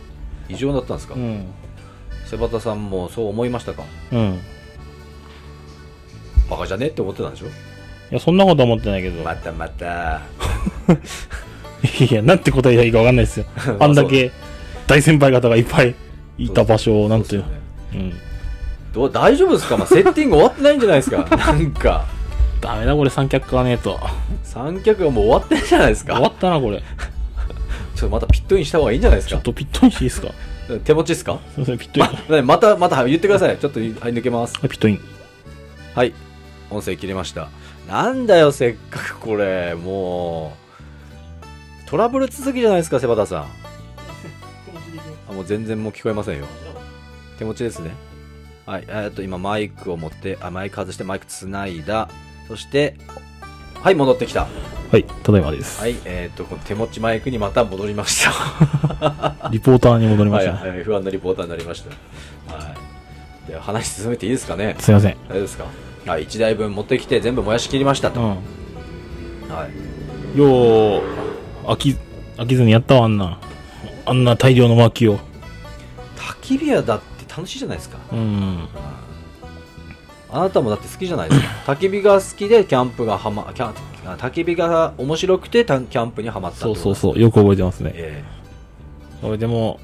[SPEAKER 2] 異常だったんですか、
[SPEAKER 1] うん。
[SPEAKER 2] 瀬端さんもそう思いましたか
[SPEAKER 1] うん。い
[SPEAKER 2] バカじゃねって思ってたんでしょ
[SPEAKER 1] や、そんなことは思ってないけど。
[SPEAKER 2] またまた
[SPEAKER 1] いや、なんて答えたらいいかわかんないです よ。あんだけ、大先輩方がいっぱいいた場所を、なんていう
[SPEAKER 2] そですよね
[SPEAKER 1] の。うん。
[SPEAKER 2] どう大丈夫ですか、まあ、セッティング終わってないんじゃないですかなんか
[SPEAKER 1] ダメだ、これ三脚買わねえと。
[SPEAKER 2] 三脚がもう終わってるじゃないですか
[SPEAKER 1] 終わったな、これ。
[SPEAKER 2] ちょっとまたピットインした方がいいんじゃないです
[SPEAKER 1] ちょ
[SPEAKER 2] か
[SPEAKER 1] っとピットインしていい ですか
[SPEAKER 2] 手持ちですか
[SPEAKER 1] すいません、ピットイン。
[SPEAKER 2] ねまたまた言ってくださいちょっとはい抜けます
[SPEAKER 1] ピットイン。
[SPEAKER 2] はい音声切れましたなんだよせっかくこれもうトラブル続きじゃないですかセバタさんあもう全然もう聞こえませんよ手持ちですねはいえーっと今マイクを持ってあマイク外してマイクつないだそしてはい戻ってきた
[SPEAKER 1] はい、ただいまです。
[SPEAKER 2] はいえーっとこの手持ちマイクにまた戻りました
[SPEAKER 1] リポーターに戻りま
[SPEAKER 2] は
[SPEAKER 1] し
[SPEAKER 2] い、
[SPEAKER 1] た。
[SPEAKER 2] はい、不安なリポーターになりましたはいでは話進めていいですかね
[SPEAKER 1] すいません。
[SPEAKER 2] 大丈夫ですかあ1台分持ってきて全部燃やし切りましたと、
[SPEAKER 1] う
[SPEAKER 2] はい、
[SPEAKER 1] ん。よう、飽き、飽きずにやったわ、あんな。あんな大量の薪を。
[SPEAKER 2] 焚き火屋だって楽しいじゃないですか
[SPEAKER 1] うん。
[SPEAKER 2] あなたもだって好きじゃないですか焚き火が好きでキャンプがはまキャンあ焚き火が面白くてたキャンプにはまったって
[SPEAKER 1] そ
[SPEAKER 2] こ
[SPEAKER 1] う
[SPEAKER 2] と
[SPEAKER 1] そうそう、よく覚えてますね。
[SPEAKER 2] え
[SPEAKER 1] 俺でも、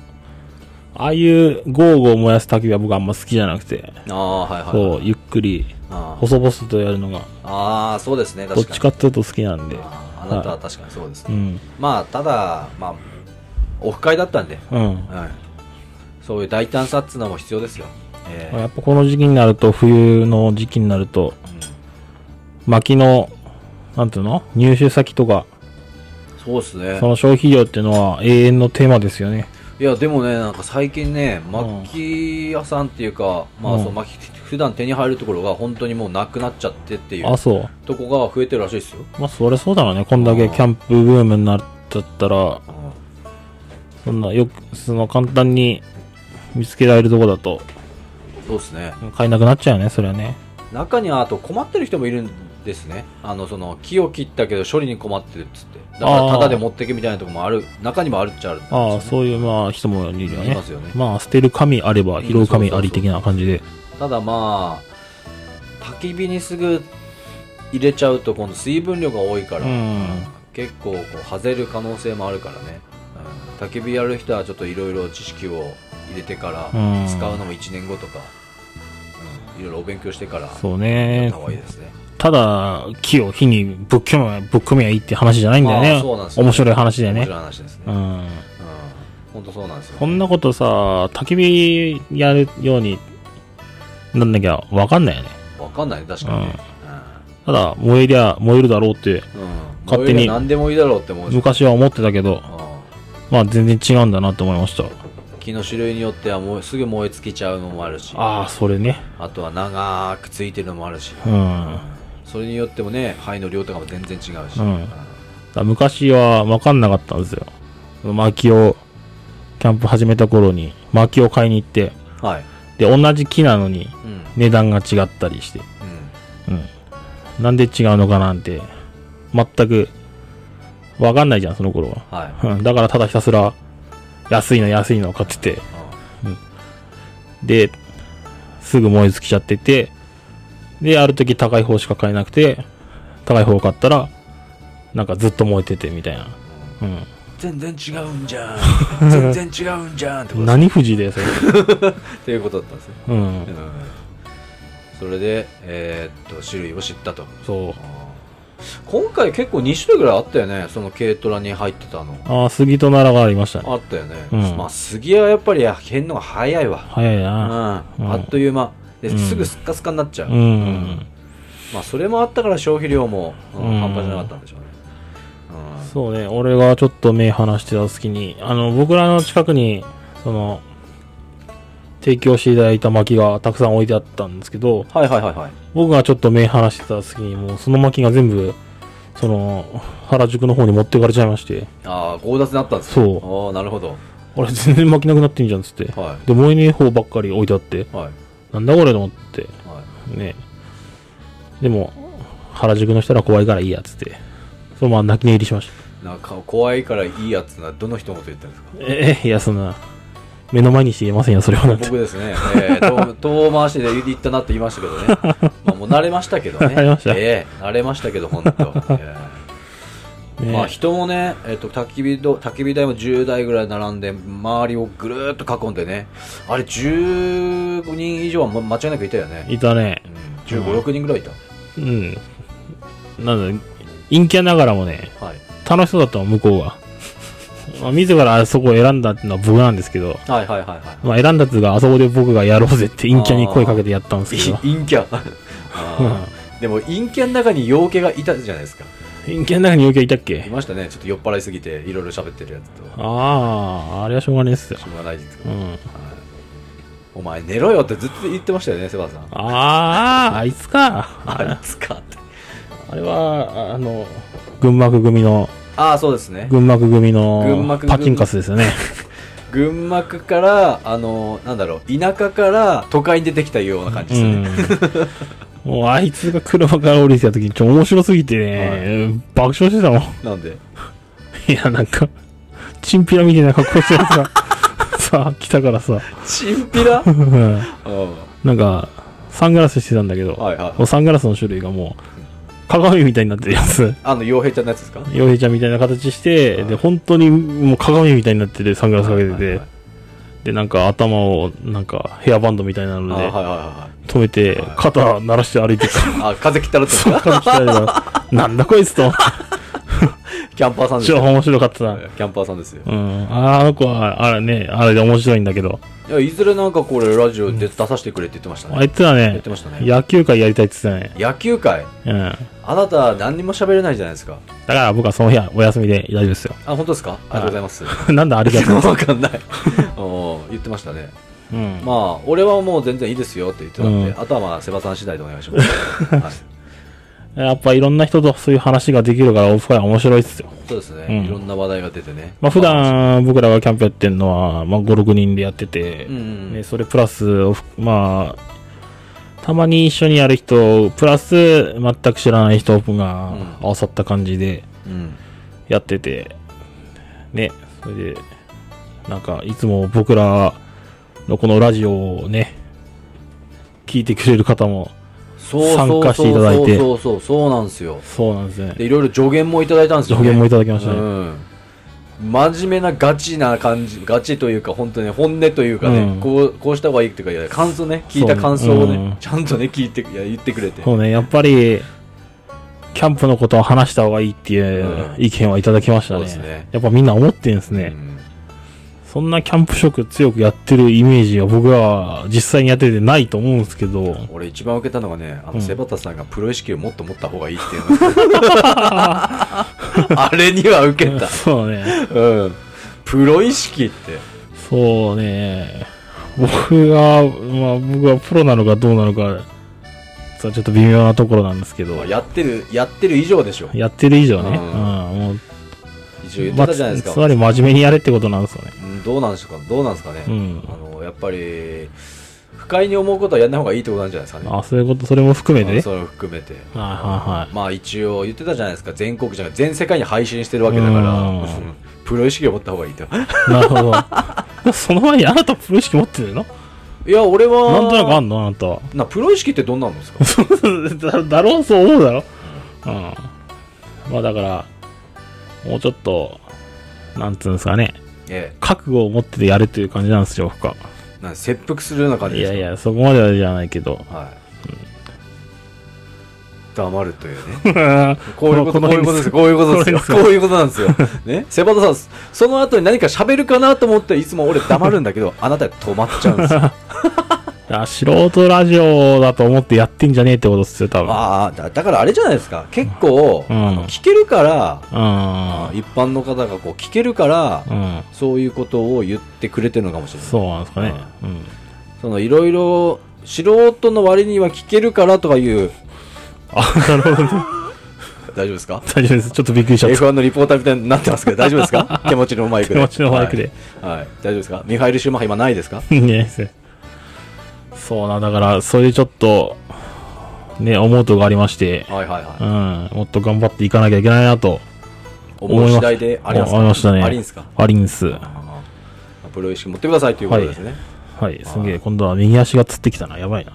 [SPEAKER 1] ああいうゴーゴー燃やす焚き火は僕あんま好きじゃなく
[SPEAKER 2] え
[SPEAKER 1] て、
[SPEAKER 2] ああはいはい
[SPEAKER 1] こ
[SPEAKER 2] は
[SPEAKER 1] う、
[SPEAKER 2] い
[SPEAKER 1] ゆっくり、
[SPEAKER 2] あー
[SPEAKER 1] 細々とやるのが、
[SPEAKER 2] あーそうですね
[SPEAKER 1] ど
[SPEAKER 2] 確
[SPEAKER 1] っ
[SPEAKER 2] か
[SPEAKER 1] ち
[SPEAKER 2] に
[SPEAKER 1] かっていうと好きなんで。
[SPEAKER 2] あーあなたは確かにそうです
[SPEAKER 1] う
[SPEAKER 2] ね、
[SPEAKER 1] ん。
[SPEAKER 2] まあただまあオフ会だったんで、
[SPEAKER 1] うん。
[SPEAKER 2] はい、そういう大胆さっつうのも必要ですよええ
[SPEAKER 1] やっぱこの時期になると、冬の時期になると、薪の、なんていうの入手先とか、
[SPEAKER 2] うんそうですね
[SPEAKER 1] その消費量っていうのは永遠のテーマですよね。
[SPEAKER 2] いやでもねなんか最近ね
[SPEAKER 1] ん
[SPEAKER 2] 薪屋さんっていうか、まあ
[SPEAKER 1] うん
[SPEAKER 2] そう薪普段手に入るところが本当にもうなくなっちゃってってい
[SPEAKER 1] あ、
[SPEAKER 2] う
[SPEAKER 1] そう。
[SPEAKER 2] とこが増えてるらしいですよ、
[SPEAKER 1] まあ、それそうだろうね。こんだけキャンプブームになっちゃったら、そんな、よく、その簡単に見つけられるとこだと、
[SPEAKER 2] そうですね
[SPEAKER 1] 買えなくなっちゃうよね、それはね。
[SPEAKER 2] 中にはあと困ってる人もいるんですねあのその木を切ったけど処理に困ってるっつってだから
[SPEAKER 1] あー
[SPEAKER 2] タダで持ってけみたいなとこもある中にもあるっちゃあるんですよね
[SPEAKER 1] ああ、そういう、まあ、人もいるよ
[SPEAKER 2] い
[SPEAKER 1] ね。
[SPEAKER 2] ますよね
[SPEAKER 1] まあ、捨てる神あれば、拾う神あり的な感じで。
[SPEAKER 2] ただまあ焚き火にすぐ入れちゃうと今度水分量が多いから、
[SPEAKER 1] うん
[SPEAKER 2] 結構こう外れる可能性もあるからね、うん焚き火やる人はちょっといろいろ知識を入れてから
[SPEAKER 1] うん
[SPEAKER 2] 使うのも1年後とかいろいろお勉強してからやっ
[SPEAKER 1] そうね
[SPEAKER 2] た。方がいいですね、
[SPEAKER 1] ただ、木を火にぶっ込めば、ぶっ込めばいいって話じゃないんだよ
[SPEAKER 2] ああ
[SPEAKER 1] ね。
[SPEAKER 2] そうなんですよ
[SPEAKER 1] 面白い話だよ
[SPEAKER 2] 面
[SPEAKER 1] ね
[SPEAKER 2] 白。い話ですね、
[SPEAKER 1] う
[SPEAKER 2] うん
[SPEAKER 1] ん。
[SPEAKER 2] 本当そうなんですよ
[SPEAKER 1] こんなことさ、焚き火やるようになんなきゃわかんないよね。
[SPEAKER 2] 分かんないね確かにね、
[SPEAKER 1] ただ、燃えりゃ燃えるだろうって、
[SPEAKER 2] うん
[SPEAKER 1] 勝手に
[SPEAKER 2] もういいな何でもいいだろうって思うし
[SPEAKER 1] 昔は思ってたけど、
[SPEAKER 2] うん
[SPEAKER 1] まあ全然違うんだなって思いました。
[SPEAKER 2] 木の種類によってはもうすぐ燃え尽きちゃうのもあるし
[SPEAKER 1] ああ、それね。
[SPEAKER 2] あとは長くついてるのもあるし、
[SPEAKER 1] うん。だか
[SPEAKER 2] それによってもね肺の量とかも全然違うし、
[SPEAKER 1] うんら昔はわかんなかったんですよ。薪を、キャンプ始めた頃に、薪を買いに行って、
[SPEAKER 2] はい、
[SPEAKER 1] で、同じ木なのに
[SPEAKER 2] うんうん、
[SPEAKER 1] 値段が違ったりして、うん。なんで違うのかなんて、全く、わかんないじゃん、その頃は。
[SPEAKER 2] はい、
[SPEAKER 1] うん、だからただひたすら、安いの安いのを買ってて、
[SPEAKER 2] う
[SPEAKER 1] で、すぐ燃え尽きちゃってて、で、ある時高い方しか買えなくて、高い方を買ったら、なんかずっと燃えててみたいな。うん。
[SPEAKER 2] ん全然違うんじゃん 全然違うんじゃんってこと
[SPEAKER 1] 何富士で、それ。
[SPEAKER 2] っていうことだったんですね、
[SPEAKER 1] うん。
[SPEAKER 2] うんそれで、えーっと種類を知ったと
[SPEAKER 1] そう。
[SPEAKER 2] 今回結構2種類ぐらいあったよねその軽トラに入ってたの
[SPEAKER 1] ああ、杉と奈良がありましたね。
[SPEAKER 2] あったよね、
[SPEAKER 1] うん
[SPEAKER 2] まあ杉はやっぱり変のが早いわ、
[SPEAKER 1] 早いうな。
[SPEAKER 2] ん、あっという間で
[SPEAKER 1] うん
[SPEAKER 2] すぐスッカスカになっちゃう、
[SPEAKER 1] うん。
[SPEAKER 2] まあそれもあったから消費量も、うん
[SPEAKER 1] うん
[SPEAKER 2] 半端じゃなかったんでしょうね、
[SPEAKER 1] そうね、俺がちょっと目離してた隙に、あの、僕らの近くに、その、提供していただいた薪がたくさん置いてあったんですけど、
[SPEAKER 2] うん、はいはいはいはい
[SPEAKER 1] 僕がちょっと目離してた隙に、もうその薪が全部、その、原宿の方に持ってかれちゃいまして、
[SPEAKER 2] ああ強奪になったんです
[SPEAKER 1] そ
[SPEAKER 2] ああ
[SPEAKER 1] う、
[SPEAKER 2] ーなるほど
[SPEAKER 1] 俺全然薪なくなってんじゃんっつって、
[SPEAKER 2] は
[SPEAKER 1] で、燃えねえ方ばっかり置いてあって、
[SPEAKER 2] いはい
[SPEAKER 1] なんだこれと思って、
[SPEAKER 2] はい
[SPEAKER 1] ね。でも、原宿の人ら怖いからいいやっつって、そのまま泣き寝入りしました。
[SPEAKER 2] なんか怖いからいいやつなどの人もと言ったんですか
[SPEAKER 1] ええ、いや、そんな、目の前にして言えませんよ、それはなんて。
[SPEAKER 2] 僕ですね、え ー、遠遠回しで言ったなって言いましたけどね、まあ、もう慣れましたけどね
[SPEAKER 1] 慣れました
[SPEAKER 2] ええ慣れましたけど本 当、ええ
[SPEAKER 1] ね
[SPEAKER 2] まあ人もね、えっと焚き火ど焚き火台も10台ぐらい並んで周りをぐるーっと囲んでねあれ15人以上はもう間違いなくいたよね、
[SPEAKER 1] いたね
[SPEAKER 2] う。ん、1 5 6人ぐらいいた、
[SPEAKER 1] うん。なんだ、陰キャながらもね、
[SPEAKER 2] はい、
[SPEAKER 1] 楽しそうだったもん、向こうは。 まあ、自らあそこを選んだっていうのは僕なんですけど、
[SPEAKER 2] はいはいはいは
[SPEAKER 1] まあ、選んだっていうか、あそこで僕がやろうぜって陰キャに声かけてやったんです
[SPEAKER 2] い
[SPEAKER 1] けど、
[SPEAKER 2] 陰キャあーでも陰キャの中に陽気がいたじゃないですか
[SPEAKER 1] 陰キャの中に陽キャいたっ
[SPEAKER 2] い
[SPEAKER 1] け
[SPEAKER 2] ましたねちょっと酔っ払いすぎていろいろ喋ってるやつと
[SPEAKER 1] ああ、あれはしょうがないっすよ
[SPEAKER 2] し。ょうがないですけ
[SPEAKER 1] う
[SPEAKER 2] ど、
[SPEAKER 1] ん。
[SPEAKER 2] お前寝ろよってずっと言ってましたよねセバさん
[SPEAKER 1] ああ、あいつか。
[SPEAKER 2] あいつかって
[SPEAKER 1] あれは、あの、群幕組の、
[SPEAKER 2] ああそうですね
[SPEAKER 1] 群幕組
[SPEAKER 2] 群
[SPEAKER 1] の
[SPEAKER 2] 幕組
[SPEAKER 1] パチンカスですよね。
[SPEAKER 2] 群馬区からあのなんだろう田舎から都会に出てきたような感じ
[SPEAKER 1] う
[SPEAKER 2] ですね、
[SPEAKER 1] ん。もうあいつが車から降りてきた時にちょ面白すぎてね、爆笑してたもん。
[SPEAKER 2] なんで
[SPEAKER 1] いや、なんか、チンピラみたいな格好してる やつが、さ、来たからさ、
[SPEAKER 2] チンピ ラうん
[SPEAKER 1] うん
[SPEAKER 2] は
[SPEAKER 1] なんか、サングラスしてたんだけど、
[SPEAKER 2] いはい
[SPEAKER 1] もうサングラスの種類がもう、鏡みたいになってるや つ。
[SPEAKER 2] あの傭兵ちゃんのやつですか
[SPEAKER 1] 洋平ちゃんみたいな形して、
[SPEAKER 2] はい
[SPEAKER 1] で、本当にもう鏡みたいになってて、サングラスかけて
[SPEAKER 2] はいはい
[SPEAKER 1] て
[SPEAKER 2] はい、
[SPEAKER 1] で、なんか頭を、なんかヘアバンドみたいな
[SPEAKER 2] あ
[SPEAKER 1] の
[SPEAKER 2] はいはい
[SPEAKER 1] で、
[SPEAKER 2] は
[SPEAKER 1] 止めて
[SPEAKER 2] はい、
[SPEAKER 1] 肩鳴らして歩い てくる。
[SPEAKER 2] いはいあ風切ったらって
[SPEAKER 1] そう、肩鍛えたら、なんだこいつと、
[SPEAKER 2] キャンパーさんです
[SPEAKER 1] 超
[SPEAKER 2] よ
[SPEAKER 1] 面白かったな。
[SPEAKER 2] キャンパーさんですよ
[SPEAKER 1] うん。あの子は、あれね、あれで面白いんだけど、
[SPEAKER 2] いやいずれなんかこれラジオで出させてくれって言ってました
[SPEAKER 1] あ
[SPEAKER 2] ね
[SPEAKER 1] いつら
[SPEAKER 2] 言
[SPEAKER 1] ね
[SPEAKER 2] って、ましたね
[SPEAKER 1] 野球界やりたいって言って
[SPEAKER 2] 野球界
[SPEAKER 1] たね。うん。
[SPEAKER 2] あなた何にも喋れないじゃないですか
[SPEAKER 1] だから僕はその日はお休みで大丈夫ですよ。
[SPEAKER 2] あ本当ですかありがとうございます
[SPEAKER 1] なんだありがと う。
[SPEAKER 2] わかんないおー言ってましたね
[SPEAKER 1] うん。
[SPEAKER 2] まあ、俺はもう全然いいですよって言ってたんで、
[SPEAKER 1] うん
[SPEAKER 2] あとはまあ、セバさん次第でお願いし ます。はい、
[SPEAKER 1] やっぱいろんな人とそういう話ができるからオフ会は面白いっすよ。
[SPEAKER 2] そうですね、
[SPEAKER 1] うん
[SPEAKER 2] いろんな話題が出てね。
[SPEAKER 1] まあ普段僕らがキャンプやってるのは、まあ5、6人でやってて、
[SPEAKER 2] うんうん
[SPEAKER 1] ね、それプラス、オフまあ、たまに一緒にやる人、プラス全く知らない人が
[SPEAKER 2] うん
[SPEAKER 1] 合わさった感じで
[SPEAKER 2] うん、
[SPEAKER 1] やってて、ね、それで、なんかいつも僕らのこのラジオをね、聞いてくれる方も、
[SPEAKER 2] そう
[SPEAKER 1] 参
[SPEAKER 2] そう
[SPEAKER 1] 加していただいて
[SPEAKER 2] そうそうそう、そうなんですよ。
[SPEAKER 1] そうなんですね。
[SPEAKER 2] で、いろいろ助言もいただいたんですよ、
[SPEAKER 1] 助
[SPEAKER 2] ね。
[SPEAKER 1] 言もいただきましたね。
[SPEAKER 2] うん。真面目なガチな感じ、ガチというか、本当ね、本音というかね、
[SPEAKER 1] うん
[SPEAKER 2] こう、こうした方がいいっていうか、いや感想ね、聞いた感想をね、
[SPEAKER 1] そううん
[SPEAKER 2] ちゃんとね、聞いて、いや、言ってくれて。
[SPEAKER 1] そうね、やっぱり、キャンプのことを話した方がいいっていう
[SPEAKER 2] うん
[SPEAKER 1] 意見はいただきましたね。
[SPEAKER 2] そうですね
[SPEAKER 1] やっぱみんな思ってんですね、
[SPEAKER 2] うん
[SPEAKER 1] そんなキャンプ色強くやってるイメージは僕らは実際にやっててないと思うんですけど、
[SPEAKER 2] 俺一番受けたのがね、あ
[SPEAKER 1] う
[SPEAKER 2] の、
[SPEAKER 1] ん
[SPEAKER 2] セバタさんがプロ意識をもっと持った方がいい っていうの。あれには受けた。
[SPEAKER 1] そうね、
[SPEAKER 2] うん。プロ意識って。
[SPEAKER 1] そうね、僕が、まあ僕はプロなのかどうなのか、そうちょっと微妙なところなんですけど、
[SPEAKER 2] やってる、やってる以上でしょ。
[SPEAKER 1] やってる以上
[SPEAKER 2] うん
[SPEAKER 1] ね、うん、もう、
[SPEAKER 2] 一応言って
[SPEAKER 1] まあ
[SPEAKER 2] たじゃないです
[SPEAKER 1] つ
[SPEAKER 2] か。
[SPEAKER 1] まり真面目にやれってことなんですよね。
[SPEAKER 2] うんどうなんですかどうなんですかね。
[SPEAKER 1] うん
[SPEAKER 2] あの、やっぱり、不快に思うことはやんない方がいいってことなんじゃないですかね。
[SPEAKER 1] あ、そういうこと、それも含めて
[SPEAKER 2] あ
[SPEAKER 1] ね。
[SPEAKER 2] それを含めて。
[SPEAKER 1] はいはいはい。
[SPEAKER 2] まあ一応言ってたじゃないですか。全国じゃなく全世界に配信してるわけだから、
[SPEAKER 1] うん
[SPEAKER 2] うんプロ意識を持った方がいいと。
[SPEAKER 1] なるほど。 その前にあなたプロ意識持ってるの
[SPEAKER 2] いや、俺は、
[SPEAKER 1] なんとなくあんのあなた は。
[SPEAKER 2] なプロ意識ってどんなんです か
[SPEAKER 1] だだろうそう思うだろうん。まあだから、もうちょっと、なんつうんですかね。
[SPEAKER 2] え
[SPEAKER 1] 覚悟を持っててやるという感じなんですよ、僕は。
[SPEAKER 2] え。なんか切腹するような感じ
[SPEAKER 1] い
[SPEAKER 2] です
[SPEAKER 1] や
[SPEAKER 2] か
[SPEAKER 1] いや、そこまではじゃないけど。
[SPEAKER 2] はい。黙ると いうね。
[SPEAKER 1] こ
[SPEAKER 2] こういうこと、こ
[SPEAKER 1] の
[SPEAKER 2] ういうことですよ。こういうことですよ。こういうことなんですよ。ね。セバタさん、その後に何か喋るかなと思って、いつも俺黙るんだ けど、あなた止まっちゃうんですよ。
[SPEAKER 1] あ素人ラジオだと思ってやってんじゃねえってことっすよ、多分。
[SPEAKER 2] ああ、だだからあれじゃないですか。結構、
[SPEAKER 1] うん
[SPEAKER 2] あの聞けるから、
[SPEAKER 1] うん。
[SPEAKER 2] 一般の方がこう聞けるから、
[SPEAKER 1] うん。
[SPEAKER 2] そういうことを言ってくれてるのかもしれない。
[SPEAKER 1] そうなんですかね。うん。
[SPEAKER 2] そのいろいろ、素人の割には聞けるからとかいう、
[SPEAKER 1] あ、なるほど ね。
[SPEAKER 2] 大丈夫ですか
[SPEAKER 1] 大丈夫です。ちょっとびっくりしちゃった。
[SPEAKER 2] F1 のリポーターみたいになってますけど、大丈夫です か手持ちのマイクで。
[SPEAKER 1] 手持ちのマイクで
[SPEAKER 2] はい。はい大丈夫ですかミハイル・シューマッハ今ないですか
[SPEAKER 1] いいんじゃないですねそうな、だから、そういうちょっと、ね、思うとこがありまして、
[SPEAKER 2] はいはいは
[SPEAKER 1] う
[SPEAKER 2] い。
[SPEAKER 1] ん、もっと頑張っていかなきゃいけないなと
[SPEAKER 2] 思う次第でありますか
[SPEAKER 1] 思いましたね。
[SPEAKER 2] ありんすか
[SPEAKER 1] ありんす。は
[SPEAKER 2] あープロ意識持ってくださいということですね。
[SPEAKER 1] い、すげえ、今度は右足がつってきたな、やばいな。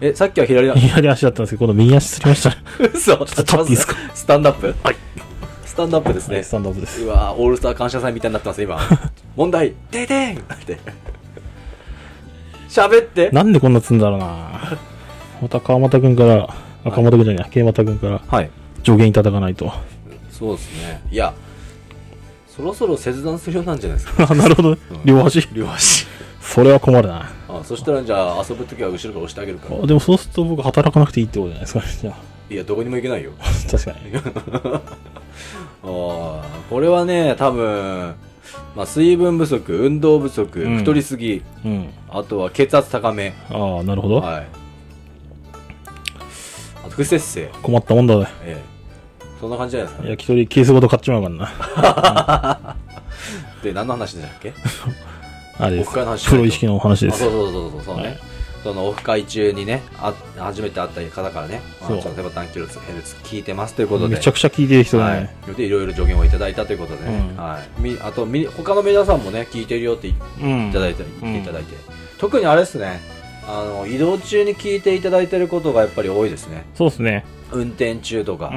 [SPEAKER 2] え、さっきは 左だ。
[SPEAKER 1] 左足だったんですけど、今度右足つりましたね。
[SPEAKER 2] 嘘
[SPEAKER 1] と立っていいですか
[SPEAKER 2] スタンドアップ
[SPEAKER 1] はい。
[SPEAKER 2] スタンドアップです
[SPEAKER 1] はい
[SPEAKER 2] ね
[SPEAKER 1] ス。タンドアップです
[SPEAKER 2] う。わーオールスター感謝祭みたいになってます、 今。問題、ででんって。喋って。
[SPEAKER 1] なんでこんなつんだろうな。また川又くんから、あ、川又くんじゃない、慶又くんから
[SPEAKER 2] はい。
[SPEAKER 1] 助言いただかないと。
[SPEAKER 2] そうですね。いや、そろそろ切断するようなんじゃないですか
[SPEAKER 1] あなるほど。両端。
[SPEAKER 2] 両足
[SPEAKER 1] それは困るな。
[SPEAKER 2] あそしたらじゃあ遊ぶ時は後ろから押してあげるから
[SPEAKER 1] あでもそうすると僕働かなくていいってことじゃないですか。じゃあ
[SPEAKER 2] いやどこにも行けないよ
[SPEAKER 1] 確かに。
[SPEAKER 2] ああこれはね多分、まあ、水分不足運動不足、
[SPEAKER 1] うん
[SPEAKER 2] 太りすぎ
[SPEAKER 1] うん。
[SPEAKER 2] あとは血圧高め
[SPEAKER 1] ああ、なるほど。
[SPEAKER 2] はいあと不節制
[SPEAKER 1] 困ったもんだぜ。
[SPEAKER 2] ええそんな感じじゃないですかね
[SPEAKER 1] 焼き鳥ケースごと買っちまうからな。
[SPEAKER 2] で何の話でしたっけ
[SPEAKER 1] あれで
[SPEAKER 2] オフ会の話
[SPEAKER 1] す。プロ意識のお 話で
[SPEAKER 2] あそ
[SPEAKER 1] す
[SPEAKER 2] う。そうそうそうそうね、
[SPEAKER 1] はい
[SPEAKER 2] そのオフ会中にねあ初めて会った方からね「まあ、
[SPEAKER 1] そ
[SPEAKER 2] ち
[SPEAKER 1] う
[SPEAKER 2] ょっとセバタンキロヘルツ聞いてます」ということで
[SPEAKER 1] めちゃくちゃ聞いてる人だ
[SPEAKER 2] は
[SPEAKER 1] ね。
[SPEAKER 2] い、でいろいろ助言をいただいたということでね、
[SPEAKER 1] うん
[SPEAKER 2] はい、みあとみ他の皆さんもね聞いてるよって言って
[SPEAKER 1] うん
[SPEAKER 2] いただいて、言っていただいて、特にあれですねあの移動中に聞いていただいてることがやっぱり多いですね
[SPEAKER 1] そうですね。
[SPEAKER 2] 運転中とか、
[SPEAKER 1] うん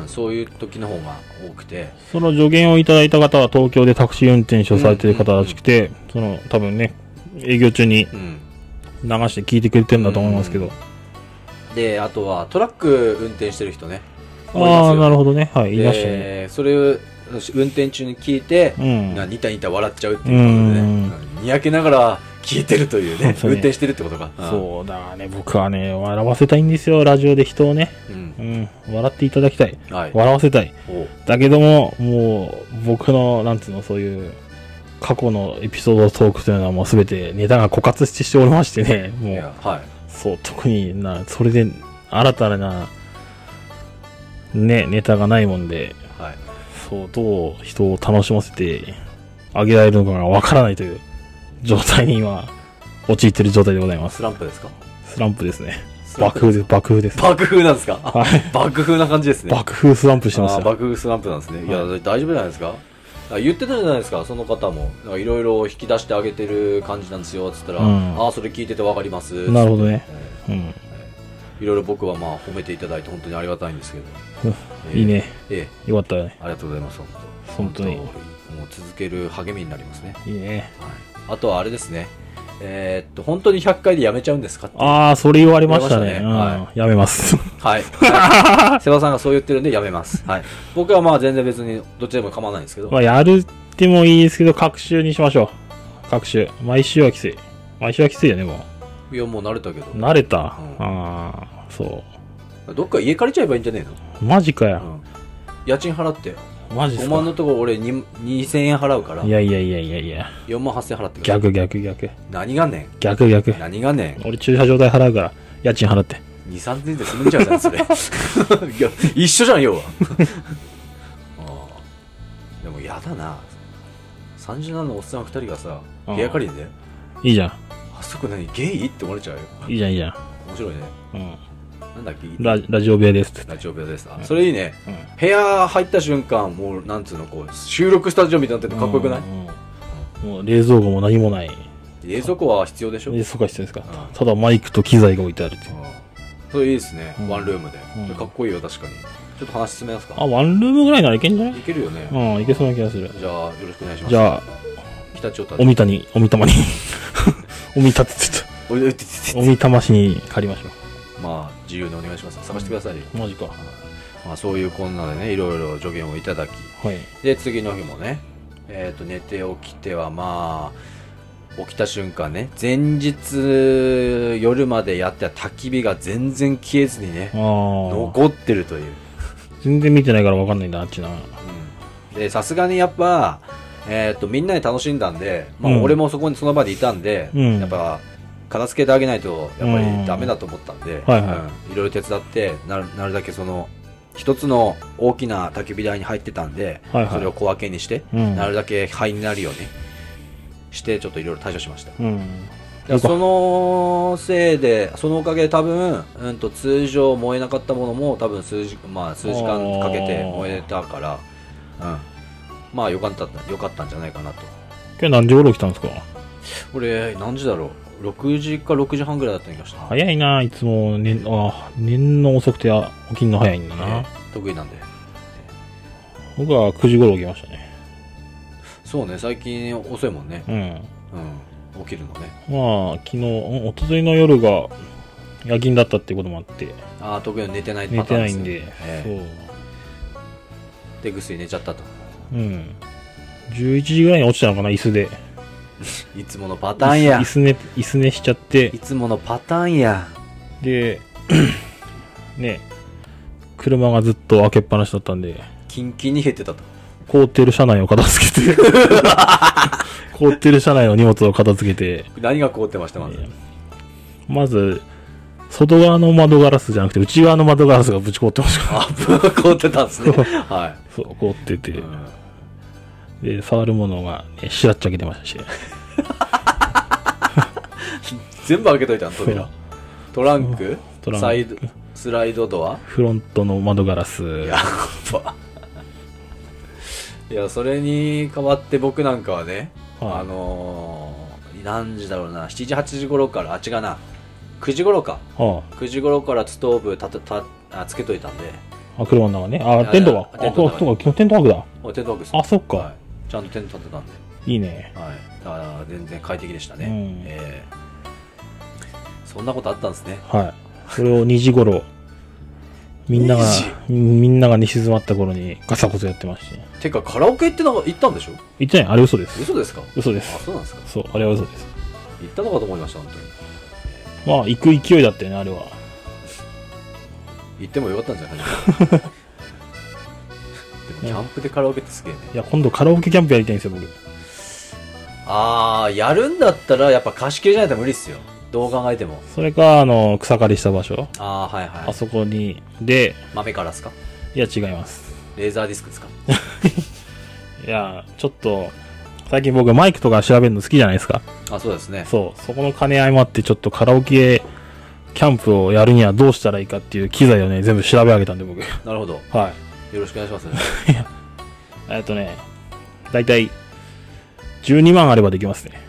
[SPEAKER 2] うんそういう時の方が多くて
[SPEAKER 1] その助言をいただいた方は東京でタクシー運転手をされている方らしくて、その多分ね、営業中に
[SPEAKER 2] うん
[SPEAKER 1] 流して聞いてくれてるんだと思いますけど。
[SPEAKER 2] であとはトラック運転してる人ね
[SPEAKER 1] ああ、なる
[SPEAKER 2] ほ
[SPEAKER 1] ほどね。はい、いましたね。
[SPEAKER 2] でそれを運転中に聞いて、
[SPEAKER 1] うん
[SPEAKER 2] なニタニタ笑っちゃうっていうことでね、
[SPEAKER 1] う
[SPEAKER 2] にやけながら聞いてるというね
[SPEAKER 1] そう
[SPEAKER 2] 運
[SPEAKER 1] ね
[SPEAKER 2] 転してるってことか
[SPEAKER 1] そうだからね、僕はね、笑わせたいんですよ、ラジオで人をね。
[SPEAKER 2] うん、うん
[SPEAKER 1] うん、笑っていただきたい。
[SPEAKER 2] はい
[SPEAKER 1] 笑わせたい。
[SPEAKER 2] おう
[SPEAKER 1] だけども、もう、僕の、なんつうの、そういう、過去のエピソードトークというのはもうすべてネタが枯渇してしておりましてね、
[SPEAKER 2] い
[SPEAKER 1] も
[SPEAKER 2] や
[SPEAKER 1] う、
[SPEAKER 2] はい
[SPEAKER 1] そう、特にな、それで、新たな、ね、ネタがないもんで、
[SPEAKER 2] はい
[SPEAKER 1] そう、どう人を楽しませてあげられるのかがわからないという状態に今、陥っている状態でございます。
[SPEAKER 2] スランプですか
[SPEAKER 1] スランプですね。爆風です、爆風です。
[SPEAKER 2] 爆風なんですか、
[SPEAKER 1] はい。
[SPEAKER 2] 爆風な感じですね。
[SPEAKER 1] 爆風スランプしてま
[SPEAKER 2] あ
[SPEAKER 1] す
[SPEAKER 2] ー
[SPEAKER 1] よ。
[SPEAKER 2] 爆風スランプなんですね。いや、
[SPEAKER 1] は
[SPEAKER 2] 大丈夫じゃないですかあ言ってたじゃないですか、その方も。なんかいろいろ引き出してあげてる感じなんですよ、つったら、
[SPEAKER 1] うん
[SPEAKER 2] ああ、それ聞いててわかります。
[SPEAKER 1] なるほどね。
[SPEAKER 2] え
[SPEAKER 1] うん。
[SPEAKER 2] ーいろいろ僕はまあ褒めていただいて本当にありがたいんですけど。えー
[SPEAKER 1] いいね。
[SPEAKER 2] え
[SPEAKER 1] よかったよね。
[SPEAKER 2] えありがとうございます、
[SPEAKER 1] 本当に
[SPEAKER 2] もう続ける励みになりますね。
[SPEAKER 1] いいね。
[SPEAKER 2] はい、あとはあれですね。えーっと、本当に100回でやめちゃうんですかっていう
[SPEAKER 1] ああ、それ言われましたね。
[SPEAKER 2] 言われましたね
[SPEAKER 1] うんやめます。
[SPEAKER 2] はい。はい瀬場さんがそう言ってるんでやめます。はい。僕はまあ全然別にどっちでも構わないんですけど。
[SPEAKER 1] まあ、やるってもいいですけど、各週にしましょう。各週。毎週はきつい。毎週はきついよね、も
[SPEAKER 2] いや、もう慣れたけ
[SPEAKER 1] う。
[SPEAKER 2] ど。
[SPEAKER 1] 慣れた。
[SPEAKER 2] うん
[SPEAKER 1] ああ、そう。
[SPEAKER 2] どっか家借りちゃえばいいんじゃね
[SPEAKER 1] マジか
[SPEAKER 2] えの、
[SPEAKER 1] よ。
[SPEAKER 2] 家賃払って。
[SPEAKER 1] マジっす
[SPEAKER 2] 5
[SPEAKER 1] か
[SPEAKER 2] 万のとこ俺に2000円払うから
[SPEAKER 1] い、やいやいやいやいや。
[SPEAKER 2] 4万8000円払ってください。
[SPEAKER 1] 逆逆逆。
[SPEAKER 2] 何がね
[SPEAKER 1] 逆逆
[SPEAKER 2] ん。何がね
[SPEAKER 1] 俺駐車場代払うから、家賃払って。
[SPEAKER 2] ん。2、3000円で済むんじゃうじゃん、そ れ。いや、一緒じゃん、要は。 ああでもやだな。37のおっさん2人がさ、部屋借りて、
[SPEAKER 1] いいじゃん。
[SPEAKER 2] あそこ何ゲイって思われちゃうよ。
[SPEAKER 1] いいじゃんいいじゃん。
[SPEAKER 2] 面白いね。
[SPEAKER 1] うん。
[SPEAKER 2] なんだっけ
[SPEAKER 1] ララジオ部屋ですって。
[SPEAKER 2] ラジオ部屋です。あそれいいね。
[SPEAKER 1] うん
[SPEAKER 2] 部屋入った瞬間、もう、なんつうの、こう、収録スタジオみたいになっててかっこよくない
[SPEAKER 1] うんもう冷蔵庫も何もない。
[SPEAKER 2] 冷蔵庫は必要でしょ
[SPEAKER 1] で、そうか必要ですか
[SPEAKER 2] う。ん
[SPEAKER 1] ただマイクと機材が置いてあるっていう。
[SPEAKER 2] うんそれいいですね
[SPEAKER 1] う。ん
[SPEAKER 2] ワンルームで。
[SPEAKER 1] うん
[SPEAKER 2] それかっこいいよ、確かに。ちょっと話進めますか
[SPEAKER 1] あ、ワンルームぐらいならいけんじゃない
[SPEAKER 2] いけるよね。
[SPEAKER 1] うん、いけそうな気がする。
[SPEAKER 2] じゃあ、よろしくお願いします。
[SPEAKER 1] じゃあ、
[SPEAKER 2] 北朝
[SPEAKER 1] お
[SPEAKER 2] 鮮。
[SPEAKER 1] みたに、おみたまに。 おみたって言っ
[SPEAKER 2] おいおいて
[SPEAKER 1] ちゃった。おみたましに借りましょ
[SPEAKER 2] まあ、自由にお願いします。探してくださいよ。
[SPEAKER 1] う。マジか。は
[SPEAKER 2] まあ、そういうこんなでね、いろいろ助言をいただき。
[SPEAKER 1] い。
[SPEAKER 2] で、次の日もね、えっ、と、寝て起きては、まあ、起きた瞬間ね、前日夜までやってた焚き火が全然消えずにね、
[SPEAKER 1] ああ。
[SPEAKER 2] 残ってるという、
[SPEAKER 1] 全然見てないからわかんないんだ、あっちな。
[SPEAKER 2] でさすがにやっぱ、えー、とみんなで楽しんだんで、まあ
[SPEAKER 1] うん
[SPEAKER 2] 俺もそこにその場でいたんで、
[SPEAKER 1] うん
[SPEAKER 2] やっぱ片付けてあげないとやっぱ
[SPEAKER 1] うん
[SPEAKER 2] りダメだと思ったんで、
[SPEAKER 1] はいはい
[SPEAKER 2] うんいろいろ手伝ってなるなるだけその一つの大きな焚き火台に入ってたんで、
[SPEAKER 1] はいはい
[SPEAKER 2] それを小分けにして、
[SPEAKER 1] うん
[SPEAKER 2] なるだけ灰になるようにしてちょっといろいろ対処しました
[SPEAKER 1] うん。
[SPEAKER 2] でそのせいで、そのおかげで多分、うん、と通常燃えなかったものも多分数時,、まあ、数時間かけて燃えたから、うん、まあよかったよかったんじゃないかなと。
[SPEAKER 1] 今日何時頃来たんですか
[SPEAKER 2] 俺、何時だろう ?6 時か6時半ぐらいだった気がした。
[SPEAKER 1] 早いな、いつも。ね、あ年の遅くてあ起きんの早いんだな
[SPEAKER 2] ね。得意なんで。
[SPEAKER 1] 僕は9時頃起きましたね。
[SPEAKER 2] そうね、最近遅いもんね。
[SPEAKER 1] うん。
[SPEAKER 2] うん、起きるのね。
[SPEAKER 1] まあ、昨日、うんおとといの夜が夜勤だったってこともあって、
[SPEAKER 2] ああ、得意の寝てない
[SPEAKER 1] 寝
[SPEAKER 2] パタ
[SPEAKER 1] て
[SPEAKER 2] ーン
[SPEAKER 1] な
[SPEAKER 2] で
[SPEAKER 1] い
[SPEAKER 2] すね
[SPEAKER 1] んで、
[SPEAKER 2] ええ
[SPEAKER 1] そう。
[SPEAKER 2] で、ぐっすり寝ちゃったと。
[SPEAKER 1] うん。 11時ぐらいに落ちたのかな、椅子で。
[SPEAKER 2] いつものパターンや
[SPEAKER 1] 椅。子ね、椅子ねしちゃって
[SPEAKER 2] い、つものパターンや。
[SPEAKER 1] で、 ね、車がずっと開けっぱなしだったんで、
[SPEAKER 2] キンキンに減ってたと。
[SPEAKER 1] 凍ってる車内を片付 けて、凍ってる車内の荷物を片付けて、
[SPEAKER 2] 何が凍ってましたまず。
[SPEAKER 1] まず、外側の窓ガラスじゃなくて、内側の窓ガラスがぶち凍ってましたから。
[SPEAKER 2] あ、凍ってたんですね。は
[SPEAKER 1] そう、凍ってて
[SPEAKER 2] い。う、ん
[SPEAKER 1] で、触るものが、ね、しらっちゃけてましたし、
[SPEAKER 2] 全部開けといたの、扉。トランク
[SPEAKER 1] トランク
[SPEAKER 2] サイド、スライドドア
[SPEAKER 1] フロントの窓ガラス、
[SPEAKER 2] やっぱ。いや、それに代わって僕なんかはね、
[SPEAKER 1] はい
[SPEAKER 2] あのー何時だろうな、7時、8時頃から、あ、違うな、9時頃か。
[SPEAKER 1] あ
[SPEAKER 2] 9時頃からストーブたたたあつけといたんで、
[SPEAKER 1] あ、あ車の中ね。あ
[SPEAKER 2] や、
[SPEAKER 1] テントが。
[SPEAKER 2] テ
[SPEAKER 1] あ、
[SPEAKER 2] ント
[SPEAKER 1] そ
[SPEAKER 2] が
[SPEAKER 1] うか、そうか、テントワークだ。
[SPEAKER 2] おテントワークです
[SPEAKER 1] あ、そっ
[SPEAKER 2] はい
[SPEAKER 1] か。
[SPEAKER 2] ちゃんとテント立てたんで、
[SPEAKER 1] いいね。
[SPEAKER 2] はい。だから全然快適でしたね。
[SPEAKER 1] うん
[SPEAKER 2] ええそんなことあったんですね。
[SPEAKER 1] はい。それを2時頃、みんなが、みんなが寝静まった頃にガサゴソやってまし
[SPEAKER 2] て
[SPEAKER 1] て。
[SPEAKER 2] か、カラオケってなんか行ったんでしょ
[SPEAKER 1] 言ってないあれ嘘です。
[SPEAKER 2] 嘘ですか
[SPEAKER 1] 嘘で
[SPEAKER 2] あ、
[SPEAKER 1] す。
[SPEAKER 2] そうなんですか
[SPEAKER 1] そう、あれは嘘です。
[SPEAKER 2] 行ったのかと思いました、本当に。
[SPEAKER 1] まあ、行く勢いだったよね、あれは。
[SPEAKER 2] 行ってもよかったんじゃないか でもキャンプでカラオケってすげえね
[SPEAKER 1] いや、今度カラオケキャンプやりたいんですよ、僕。
[SPEAKER 2] ああやるんだったらやっぱ貸し切りじゃないと無理っすよどう考えても
[SPEAKER 1] それか、あの、草刈りした場所。
[SPEAKER 2] ああはいは
[SPEAKER 1] あ
[SPEAKER 2] い
[SPEAKER 1] そこに、で、
[SPEAKER 2] 豆からっすか
[SPEAKER 1] いや、違います。
[SPEAKER 2] レーザーディスクですか
[SPEAKER 1] いや、ちょっと、最近僕マイクとか調べるの好きじゃないですか。
[SPEAKER 2] あそうですね
[SPEAKER 1] そう、そこの兼ね合いもあって、ちょっとカラオケキャンプをやるにはどうしたらいいかっていう機材をね、全部調べ上げたんで、僕。
[SPEAKER 2] なるほど
[SPEAKER 1] はい。
[SPEAKER 2] よろしくお願いします
[SPEAKER 1] えっとね、だいたい12万あればできますね。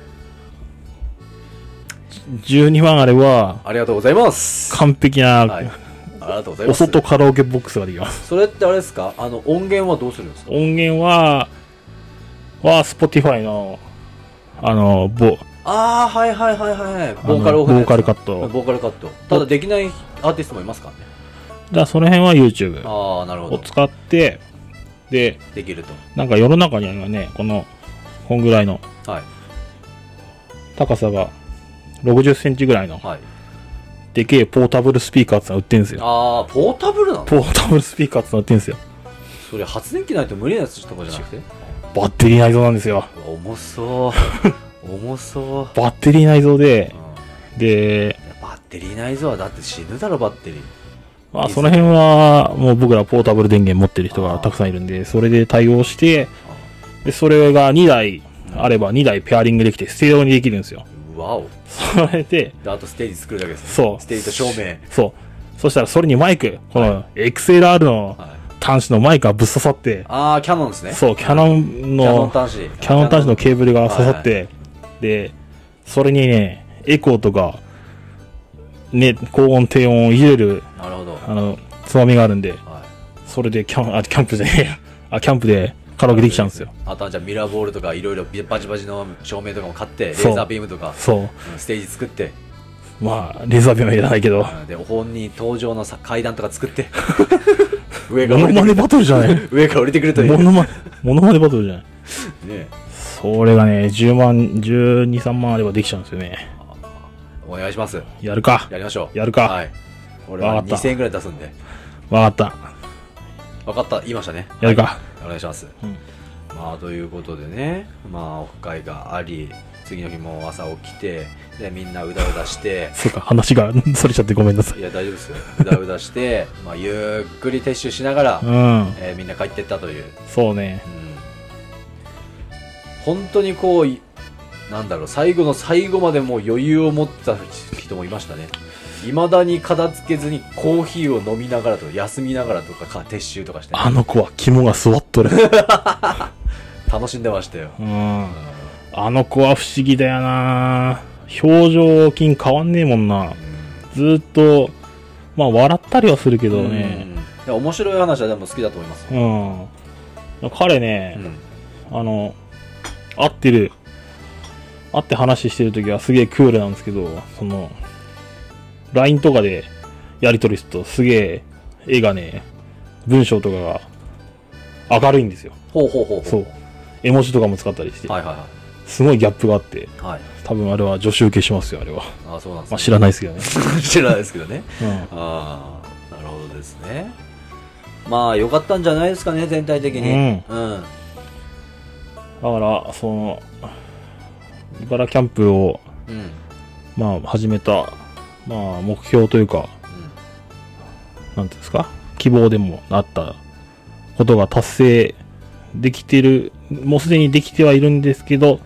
[SPEAKER 1] 12万あれば、
[SPEAKER 2] ありがとうございます
[SPEAKER 1] 完璧
[SPEAKER 2] はい
[SPEAKER 1] な、
[SPEAKER 2] ありがとうござい
[SPEAKER 1] お
[SPEAKER 2] ます
[SPEAKER 1] 外カラオケボックスができます。
[SPEAKER 2] それってあれですかあの音源はどうするんですか
[SPEAKER 1] 音源は、は、Spotify の、あの、ボ、
[SPEAKER 2] ああはいはいはいはいボーカルオフ
[SPEAKER 1] あ
[SPEAKER 2] のやつ
[SPEAKER 1] のボーカルカット
[SPEAKER 2] はいボーカルカットただできないアーティストもいますからね
[SPEAKER 1] じゃあその辺は YouTube
[SPEAKER 2] ああなるほ
[SPEAKER 1] を
[SPEAKER 2] ど
[SPEAKER 1] 使って、で、
[SPEAKER 2] できると
[SPEAKER 1] なんか世の中には今ね、この、こんぐらいの
[SPEAKER 2] はい
[SPEAKER 1] 高さが60センチぐらいの
[SPEAKER 2] はい
[SPEAKER 1] でけえポータブルスピーカーってのが売ってんですよ。
[SPEAKER 2] ああポータブルなの
[SPEAKER 1] ポータブルスピーカーってのが売ってんですよ。
[SPEAKER 2] それ発電機ないと無理なやつとかじゃなくて
[SPEAKER 1] バッテリー内蔵なんですよ。
[SPEAKER 2] うわ重そう 重そう、
[SPEAKER 1] バッテリー内蔵で
[SPEAKER 2] うん、
[SPEAKER 1] で、
[SPEAKER 2] バッテリー内蔵はだって死ぬだろバッテリー
[SPEAKER 1] まあその辺はもう僕らポータブル電源持ってる人がたくさんいるんで、それで対応して、で、それが2台あれば2台ペアリングできて、ステレオにできるんですよ。
[SPEAKER 2] うわお
[SPEAKER 1] それで、
[SPEAKER 2] であとステージ作るだけです
[SPEAKER 1] そう
[SPEAKER 2] ステージと照明
[SPEAKER 1] そう。そしたらそれにマイク、この XLR の
[SPEAKER 2] はい
[SPEAKER 1] 端子のマイクがぶっ刺さって、
[SPEAKER 2] ああキャノンですね
[SPEAKER 1] そう、キャノン
[SPEAKER 2] キャノン
[SPEAKER 1] の、
[SPEAKER 2] 端子
[SPEAKER 1] キャノン端子
[SPEAKER 2] ャ
[SPEAKER 1] のケーブルが刺さって、で、それにね、エコーとか、ね、高音低音を入れる、
[SPEAKER 2] ノンなるほど、
[SPEAKER 1] あの、つまみがあるんで、
[SPEAKER 2] はい、
[SPEAKER 1] それでキャン、あ、キャンプじゃねえや。あ、キャンプでカラオケできちゃうんですよ。
[SPEAKER 2] あとはじゃあミラーボールとかいろいろバチバチの照明とかも買ってレ
[SPEAKER 1] そう
[SPEAKER 2] ーザービームとか
[SPEAKER 1] そ
[SPEAKER 2] うんステージ作って
[SPEAKER 1] う。まあ、レーザービームはいらないけど、
[SPEAKER 2] うんでお本人登場のさ階段とか作って 上が
[SPEAKER 1] モ
[SPEAKER 2] 降
[SPEAKER 1] ノ
[SPEAKER 2] りてく
[SPEAKER 1] マネバトルじゃない
[SPEAKER 2] る上から降りてくるという
[SPEAKER 1] モ
[SPEAKER 2] ね
[SPEAKER 1] ノマネ、モノマネバトルじゃない。
[SPEAKER 2] え
[SPEAKER 1] それがね、10万、12、3万あればできちゃうんですよね。
[SPEAKER 2] お願いします
[SPEAKER 1] やるか。
[SPEAKER 2] やりましょう。
[SPEAKER 1] やるか
[SPEAKER 2] はい。俺
[SPEAKER 1] わ
[SPEAKER 2] は
[SPEAKER 1] かった
[SPEAKER 2] 2000円くらい出すんで。
[SPEAKER 1] わかった。
[SPEAKER 2] 分かった、言いましたね。
[SPEAKER 1] やるか。
[SPEAKER 2] お願いします。
[SPEAKER 1] うん
[SPEAKER 2] まあ、ということでね、まあ、オフ会があり、次の日も朝起きて、で、みんなうだうだして、
[SPEAKER 1] そうか、話がそれちゃってごめんなさい
[SPEAKER 2] い。や、大丈夫ですよ。うだうだして、まあ、ゆっくり撤収しながら
[SPEAKER 1] う、ん。
[SPEAKER 2] えーみんな帰ってったという。
[SPEAKER 1] そうね。
[SPEAKER 2] うん。本当にこう、いなんだろう、最後の最後までもう余裕を持った人もいましたね。未だに片付けずにコーヒーを飲みながらとか休みながらとかか撤収とかしてね、
[SPEAKER 1] あの子は肝が座っとる。
[SPEAKER 2] 楽しんでましたよ。
[SPEAKER 1] うん。あの子は不思議だよな表情筋変わんねえもんな。ずーっと、まあ笑ったりはするけどね。
[SPEAKER 2] うんいや面白い話はでも好きだと思います。
[SPEAKER 1] うん。彼ね、
[SPEAKER 2] うん
[SPEAKER 1] あの、会ってる、会って話してるときはすげえクールなんですけど、その、LINE とかでやりとりするとすげえ絵がね、文章とかが明るいんですよ。
[SPEAKER 2] ほうほうほうほう。
[SPEAKER 1] そう。絵文字とかも使ったりして、
[SPEAKER 2] はいは
[SPEAKER 1] すごいギャップがあって、
[SPEAKER 2] いはい。はい。
[SPEAKER 1] 多分あれは女子受けしますよ、あれは。
[SPEAKER 2] あ、そうなんです
[SPEAKER 1] まあ
[SPEAKER 2] ね。
[SPEAKER 1] 知らないですけどね。
[SPEAKER 2] 知らないですけどね。
[SPEAKER 1] うん。
[SPEAKER 2] ああ、なるほどですね。まあ、良かったんじゃないですかね、全体的に。うん。うん。
[SPEAKER 1] だから、その、茨キャンプを、
[SPEAKER 2] うん。うん
[SPEAKER 1] まあ、始めた、まあ、目標というか、なんていうんですか、希望でもあったことが達成できてる、もうすでにできてはいるんですけど、こ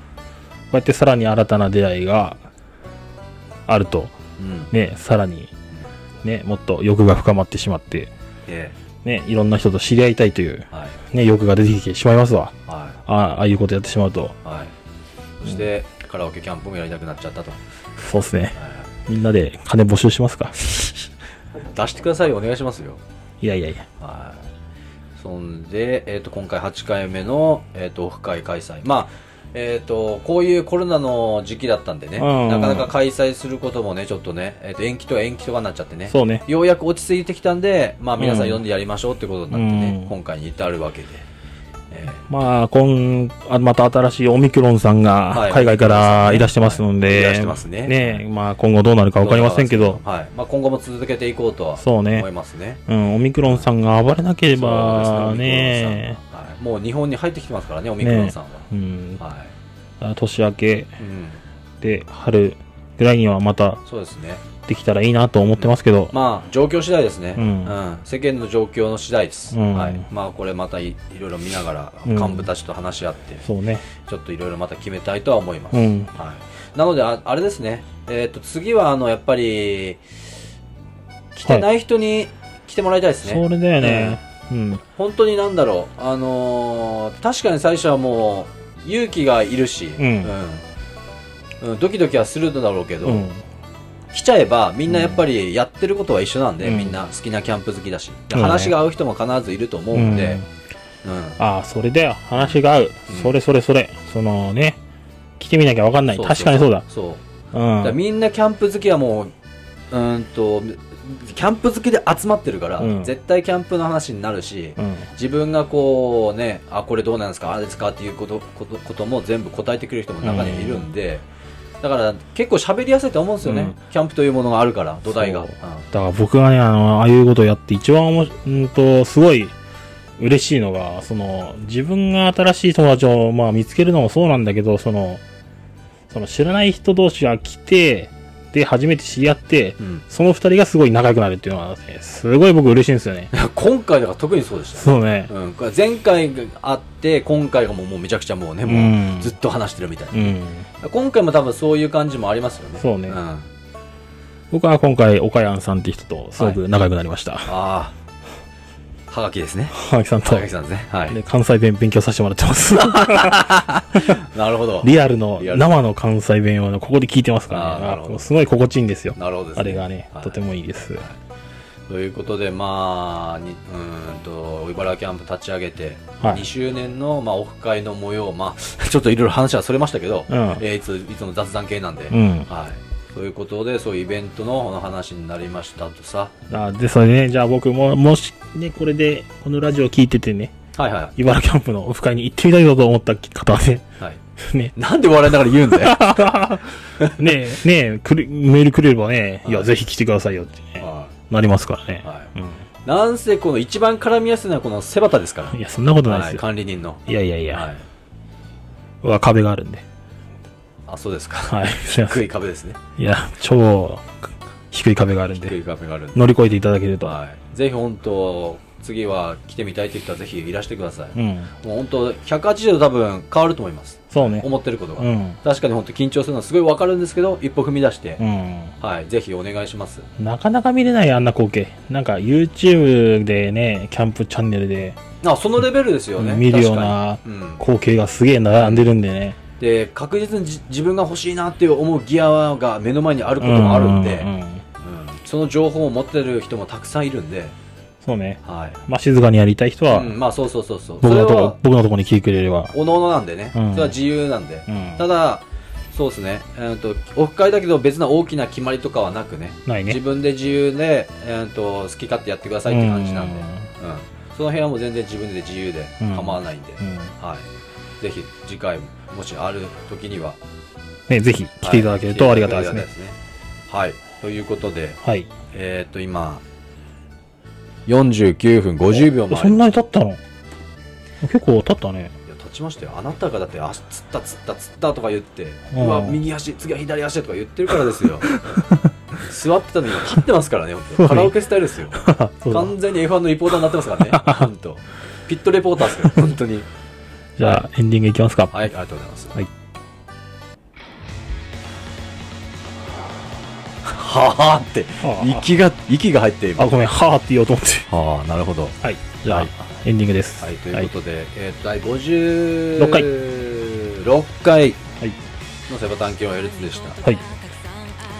[SPEAKER 1] うやってさらに新たな出会いがあると、
[SPEAKER 2] うん。
[SPEAKER 1] ね、さらに、ね、もっと欲が深まってしまって、
[SPEAKER 2] え
[SPEAKER 1] ね、いろんな人と知り合いたいという、
[SPEAKER 2] え。はい。
[SPEAKER 1] ね、欲が出てきてしまいますわ。
[SPEAKER 2] は
[SPEAKER 1] ああ、ああいうことやってしまうと。
[SPEAKER 2] い。はい。そして、カラオケキャンプもやりたくなっちゃったと。は
[SPEAKER 1] そうですね。
[SPEAKER 2] い
[SPEAKER 1] みんなで金募集しますか。
[SPEAKER 2] 出してくださいよお願いしますよ
[SPEAKER 1] いやいやいや。
[SPEAKER 2] はいそんで、えー、と今回8回目の、えー、とオフ会開催まあえー、とこういうコロナの時期だったんでね、
[SPEAKER 1] うん
[SPEAKER 2] なかなか開催することもねちょっとね、えー、と延期と延期とかになっちゃってね
[SPEAKER 1] そうね。
[SPEAKER 2] ようやく落ち着いてきたんで、まあ、皆さん
[SPEAKER 1] うん
[SPEAKER 2] 読んでやりましょうってことになってね、
[SPEAKER 1] うん
[SPEAKER 2] 今回に至るわけで、え
[SPEAKER 1] まあ、今、あまた新しいオミクロンさん
[SPEAKER 2] は
[SPEAKER 1] が
[SPEAKER 2] い
[SPEAKER 1] 海外からいらしてますので、
[SPEAKER 2] いらしてますね
[SPEAKER 1] まあ今後どうなるか
[SPEAKER 2] ー
[SPEAKER 1] わかりませんけど、
[SPEAKER 2] はいまあ、今後も続けていこうとは
[SPEAKER 1] そうね
[SPEAKER 2] 思いますね。
[SPEAKER 1] うん、オミクロンさんが暴れなければ
[SPEAKER 2] そうですね
[SPEAKER 1] ね
[SPEAKER 2] オミクロン、さんははいもう日本に入ってきてますからね、オミクロンさんは。
[SPEAKER 1] うん、
[SPEAKER 2] は
[SPEAKER 1] あ年明け
[SPEAKER 2] いうん、
[SPEAKER 1] で春ぐらいにはまた
[SPEAKER 2] そうですね、
[SPEAKER 1] できたらいいなと思ってますけど、
[SPEAKER 2] まあ、状況次第ですね、
[SPEAKER 1] う
[SPEAKER 2] うんん世間の状況の次第です、
[SPEAKER 1] うん
[SPEAKER 2] はいまあ、これまたいいろいろ見ながら、
[SPEAKER 1] うん
[SPEAKER 2] 幹部たちと話し合って、
[SPEAKER 1] そうね、
[SPEAKER 2] ちょっといろいろまた決めたいとは思います。
[SPEAKER 1] うん、
[SPEAKER 2] はい、なのであ、あれですね、えー、と次はあのやっぱり、来てない人に来てもらいたいですね、
[SPEAKER 1] それだよね、うん、
[SPEAKER 2] 本当になんだろう、あのー確かに最初はもう、勇気がいるし、
[SPEAKER 1] うん
[SPEAKER 2] うんうんドキドキはするんだろうけど、
[SPEAKER 1] うん、
[SPEAKER 2] 来ちゃえばみんなやっぱりやってることは一緒なんで、
[SPEAKER 1] うん
[SPEAKER 2] みんな好きなキャンプ好きだし、
[SPEAKER 1] うん
[SPEAKER 2] 話が合う人も必ずいると思うんで、うん
[SPEAKER 1] ああ、それだよ、話が合う、
[SPEAKER 2] うん
[SPEAKER 1] それそれそれ、そのね、来てみなきゃわかんない、
[SPEAKER 2] そう
[SPEAKER 1] 確かにそうだ、
[SPEAKER 2] そうだか
[SPEAKER 1] う
[SPEAKER 2] ら
[SPEAKER 1] ん、
[SPEAKER 2] みんなキャンプ好きはもううーんとキャンプ好きで集まってるから、
[SPEAKER 1] うん
[SPEAKER 2] 絶対キャンプの話になるし、
[SPEAKER 1] うん、
[SPEAKER 2] 自分がこうねあこれどうなんですかあれですかっていうことことことも全部答えてくれる人も中にはいるんで、だから結構喋りやすいと思うんですよね、
[SPEAKER 1] うん
[SPEAKER 2] キャンプというものがあるから土台が、
[SPEAKER 1] そう
[SPEAKER 2] うん
[SPEAKER 1] だから僕がね、あの、ああいうことをやって一番おもし、うんと、すごい嬉しいのが、その、自分が新しい友達を、まあ、見つけるのもそうなんだけど、その、その知らない人同士が来て、で、初めて知り合って、
[SPEAKER 2] うん
[SPEAKER 1] その二人がすごい仲良くなるっていうのは、ね、すごい僕嬉しいんですよね。
[SPEAKER 2] 今回だから特にそうでした
[SPEAKER 1] そうね。
[SPEAKER 2] うん、これ前回があって今回がもうもうめちゃくちゃもうね、
[SPEAKER 1] うん
[SPEAKER 2] もうずっと話してるみたいな、
[SPEAKER 1] うん。
[SPEAKER 2] 今回も多分そういう感じもありますよね
[SPEAKER 1] そうね
[SPEAKER 2] ん、あ
[SPEAKER 1] 僕は今回、岡山さんって人と、すごく仲良くなりました。
[SPEAKER 2] あはがきですね
[SPEAKER 1] はがきさんと
[SPEAKER 2] はが。きさんですねはい
[SPEAKER 1] で関西弁勉強させてもらっ てます。
[SPEAKER 2] なるほど
[SPEAKER 1] リアルの、
[SPEAKER 2] リアル
[SPEAKER 1] 生の関西弁をねここで聞いてます
[SPEAKER 2] あーな
[SPEAKER 1] か
[SPEAKER 2] る
[SPEAKER 1] ら
[SPEAKER 2] ほ
[SPEAKER 1] ね。
[SPEAKER 2] ど
[SPEAKER 1] すごい心地いいんですよ。
[SPEAKER 2] なるほどです
[SPEAKER 1] あれがね、
[SPEAKER 2] はい
[SPEAKER 1] とてもいいです。
[SPEAKER 2] ということでまあにうーんと茨城キャンプ立ち上げて、
[SPEAKER 1] はい
[SPEAKER 2] 2周年の、まあ、オフ会の模様まあ ちょっといろいろ話はそれましたけど、
[SPEAKER 1] うん
[SPEAKER 2] えーいついつも雑談系なんで、
[SPEAKER 1] うん。
[SPEAKER 2] はいということでそういうイベントのこの話になりましたとさ
[SPEAKER 1] あですのでね、じゃあ僕も、もしね、これで、このラジオ聞いててね、
[SPEAKER 2] はいはい
[SPEAKER 1] 茨城キャンプのオフ会に行ってみたいぞと思った方はね、
[SPEAKER 2] はい
[SPEAKER 1] ね、
[SPEAKER 2] なんで笑いながら言うん だよ。
[SPEAKER 1] ね、ね、くるメールくれればね、いや、
[SPEAKER 2] はい
[SPEAKER 1] ぜひ来てくださいよってね、なりますからね。
[SPEAKER 2] は
[SPEAKER 1] う
[SPEAKER 2] なんせこの一番絡みやすいのはこの背端ですから
[SPEAKER 1] ん。いや、そんなことないで
[SPEAKER 2] は
[SPEAKER 1] す
[SPEAKER 2] い、
[SPEAKER 1] よ。
[SPEAKER 2] 管理人の。
[SPEAKER 1] いやいやい
[SPEAKER 2] は
[SPEAKER 1] や、
[SPEAKER 2] い、
[SPEAKER 1] うわ壁があるんで。
[SPEAKER 2] あ、そうですか。
[SPEAKER 1] はい、すいません。
[SPEAKER 2] 低い壁ですね。
[SPEAKER 1] いや、超低い壁があるん
[SPEAKER 2] 低
[SPEAKER 1] で、
[SPEAKER 2] い壁があるんで。
[SPEAKER 1] 乗り越えていただけると。
[SPEAKER 2] はい。ぜひ本当、次は来てみたいって人はぜひいらしてください。
[SPEAKER 1] うん。
[SPEAKER 2] もう本当、180度多分変わると思います。
[SPEAKER 1] そうね。
[SPEAKER 2] 思ってることが。
[SPEAKER 1] うん。
[SPEAKER 2] 確かに本当緊張するのはすごいわかるんですけど、一歩踏み出して、
[SPEAKER 1] うん。
[SPEAKER 2] はい、ぜひお願いします。
[SPEAKER 1] なかなか見れないあんな光景。なんか YouTube でね、キャンプチャンネルで
[SPEAKER 2] あ、そのレベルですよね。
[SPEAKER 1] 見るような
[SPEAKER 2] 確かにうん。
[SPEAKER 1] 光景がすげえ並んでるんでね。
[SPEAKER 2] で、確実にじ自分が欲しいなっていう思うギアが目の前にあることもあるんで、
[SPEAKER 1] うんうんうん
[SPEAKER 2] その情報を持ってる人もたくさんいるんで、
[SPEAKER 1] そうね。
[SPEAKER 2] はい。
[SPEAKER 1] まあ、静かにやりたい人は、
[SPEAKER 2] うん、まあそうそうそうそう。そ
[SPEAKER 1] 僕
[SPEAKER 2] れ
[SPEAKER 1] のとこ
[SPEAKER 2] は、、
[SPEAKER 1] 僕のとこに来てくれれば。
[SPEAKER 2] おののなんでね。
[SPEAKER 1] うん
[SPEAKER 2] それは自由なんで
[SPEAKER 1] う。ん。
[SPEAKER 2] ただ、そうですね。えーと、オフ会だけど別な大きな決まりとかはなくね。
[SPEAKER 1] ない
[SPEAKER 2] 自
[SPEAKER 1] ね。
[SPEAKER 2] 分で自由で、えーと、好き勝手やってくださいって感じなんで。
[SPEAKER 1] う
[SPEAKER 2] うんん。その辺はもう全然自分で自由で
[SPEAKER 1] うん
[SPEAKER 2] 構わないんで。
[SPEAKER 1] うん
[SPEAKER 2] はい。ぜひ次回もしある時には
[SPEAKER 1] ね、ぜひ来ていただけるとありがたいですね
[SPEAKER 2] は。来ていただけるとありがたいですねはいということで
[SPEAKER 1] はい。
[SPEAKER 2] えっ、と今49分50秒
[SPEAKER 1] そ
[SPEAKER 2] 前
[SPEAKER 1] ん
[SPEAKER 2] い
[SPEAKER 1] なに経ったの結構経ったね。
[SPEAKER 2] や立ちましたよあなたがだって足つったつったつったとか言って
[SPEAKER 1] うん
[SPEAKER 2] うわ右足次は左足とか言ってるからですよ座ってたのに今立ってますからね本
[SPEAKER 1] そう
[SPEAKER 2] 当
[SPEAKER 1] ね
[SPEAKER 2] カラオケスタイルですよ
[SPEAKER 1] そうだ
[SPEAKER 2] 完全に F1 のリポーターになってますからね本当ピットレポーターですよ本当に
[SPEAKER 1] じゃあ、エンディングいきますか。
[SPEAKER 2] はい、ありがとうございます。
[SPEAKER 1] はい
[SPEAKER 2] はあって、
[SPEAKER 1] あ
[SPEAKER 2] 息が、息が入っている。
[SPEAKER 1] あ、ごめん、はーって言おうと思って。
[SPEAKER 2] はあ、なるほど。
[SPEAKER 1] はい。じゃあ、
[SPEAKER 2] はい
[SPEAKER 1] エンディングです。
[SPEAKER 2] はい、ということで、えーと、第50
[SPEAKER 1] 6回
[SPEAKER 2] 6回
[SPEAKER 1] はい。
[SPEAKER 2] のセバタンキロエルツでした。
[SPEAKER 1] はい。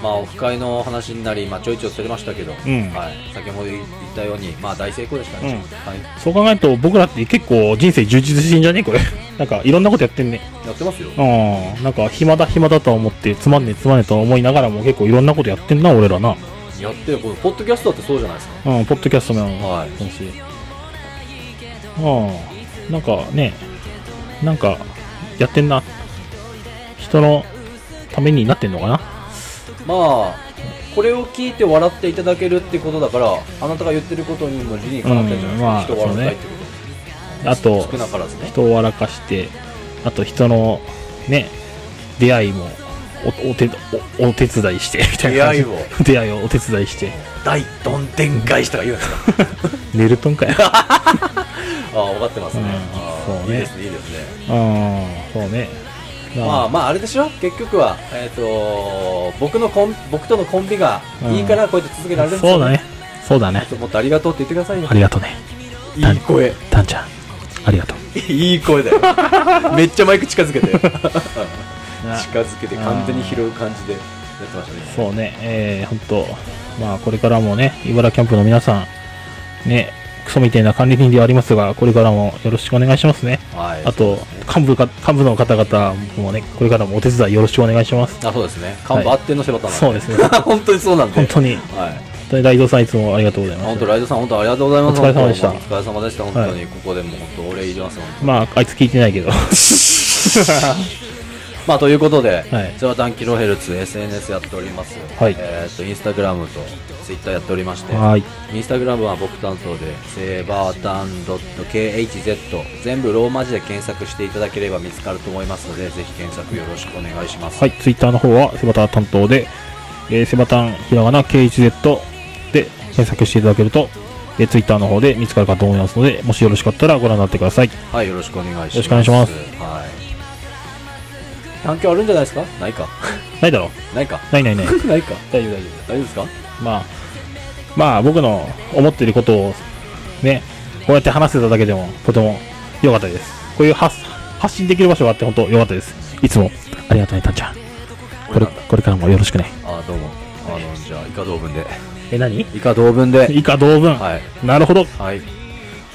[SPEAKER 2] まあ、オフ会の話になり、まあ、ちょいちょいそれましたけど、
[SPEAKER 1] うん
[SPEAKER 2] はい、先ほど言ったように、まあ、大成功でしたね。
[SPEAKER 1] う
[SPEAKER 2] はい、
[SPEAKER 1] そう考えると、僕らって結構人生充実してんじゃねこれ。 なんか、いろんなことやってんね。
[SPEAKER 2] やってますよ。
[SPEAKER 1] うん。なんか、暇だ暇だとは思って、つまんねえつまんねえとは思いながらも結構いろんなことやってんな、俺らな。
[SPEAKER 2] やってる、このポッドキャストだってそうじゃないですか。
[SPEAKER 1] うん、ポッドキャストも
[SPEAKER 2] はい
[SPEAKER 1] そうだし。うん。なんかね、なんか、やってんな。人のためになってんのかな
[SPEAKER 2] まあこれを聞いて笑っていただけるってことだからあなたが言ってることにも理にかなってるじゃないですか、人
[SPEAKER 1] うん
[SPEAKER 2] を笑いたいって
[SPEAKER 1] あ
[SPEAKER 2] こと、
[SPEAKER 1] と
[SPEAKER 2] 少、なからずね
[SPEAKER 1] 人を笑かして、あと人のね、出会いもおお手おお手伝いして、みたいな感じ。
[SPEAKER 2] 出会い
[SPEAKER 1] 出会いをお手伝いして。
[SPEAKER 2] 大どんでん返しとか言うんですか
[SPEAKER 1] ネルトンかよ。
[SPEAKER 2] ああ分かってますね,
[SPEAKER 1] うん
[SPEAKER 2] ああ、
[SPEAKER 1] そうね
[SPEAKER 2] いいですねいいですね
[SPEAKER 1] うん、そうね。
[SPEAKER 2] まあまああれでしょ結局は、えー、と僕のコン僕とのコンビがいいからこうやって続けられるんですよ、
[SPEAKER 1] そうだね。そうだね。
[SPEAKER 2] もっとありがとうって言ってくださいよ
[SPEAKER 1] ありがとうね。
[SPEAKER 2] いい声
[SPEAKER 1] ダンちゃん、ありがとう。
[SPEAKER 2] いい声だよ めっちゃマイク近づけて近づけて完全に拾う感じでやってましたね
[SPEAKER 1] そうね、えー、本当まあこれからもね、茨城キャンプの皆さん、ね、クソみたいな管理人ではありますが、これからもよろしくお願いしますね。
[SPEAKER 2] はい
[SPEAKER 1] あと、幹部か、幹部の方々もね、これからもお手伝いよろしくお願いします。
[SPEAKER 2] あそうですね看板あってのセバタン
[SPEAKER 1] そうですすね。
[SPEAKER 2] 本当にそうなんで
[SPEAKER 1] 本当に、本
[SPEAKER 2] はい
[SPEAKER 1] 当にライドさんいつもありがとうございま
[SPEAKER 2] 本
[SPEAKER 1] す
[SPEAKER 2] 当。ライドさん本当ありがとうございます
[SPEAKER 1] お疲れ様でした
[SPEAKER 2] 本当お疲れ様でした本当
[SPEAKER 1] は
[SPEAKER 2] にここでもう本当お礼言います本当
[SPEAKER 1] まあ、あいつ聞いてない けど。
[SPEAKER 2] まあということで
[SPEAKER 1] はい
[SPEAKER 2] セバタンキロヘルツ SNS やっております
[SPEAKER 1] はい
[SPEAKER 2] えっとインスタグラムとツイッターやっておりまして
[SPEAKER 1] はい。
[SPEAKER 2] インスタグラムは僕担当でセバタン .khz 全部ローマ字で検索していただければ見つかると思いますのでぜひ検索よろしくお願いします
[SPEAKER 1] はい、ツイッターの方はセバタン担当で、えーセバタンひらがな KHZ で検索していただけると、えーツイッターの方で見つかるかと思いますので、もしよろしかったらご覧になってください。
[SPEAKER 2] はいよろしくお願いします
[SPEAKER 1] よろしくお願いします
[SPEAKER 2] はい反響あるんじゃないですかないか
[SPEAKER 1] ないだろう
[SPEAKER 2] ないか
[SPEAKER 1] ないないない。
[SPEAKER 2] ないか
[SPEAKER 1] 大丈夫大丈
[SPEAKER 2] 大丈夫ですか
[SPEAKER 1] 夫。まあ、まあ僕の思っていることをね、こうやって話せただけでもとても良かったです。こういう発発信できる場所があって本当良かったです。いつもありがとうね、たんちゃん。これ、これからもよろしくね。
[SPEAKER 2] あどうもあのじゃあイカ同文で
[SPEAKER 1] え、何
[SPEAKER 2] イカ同文で
[SPEAKER 1] 以下同文。
[SPEAKER 2] はい
[SPEAKER 1] なるほど。
[SPEAKER 2] はい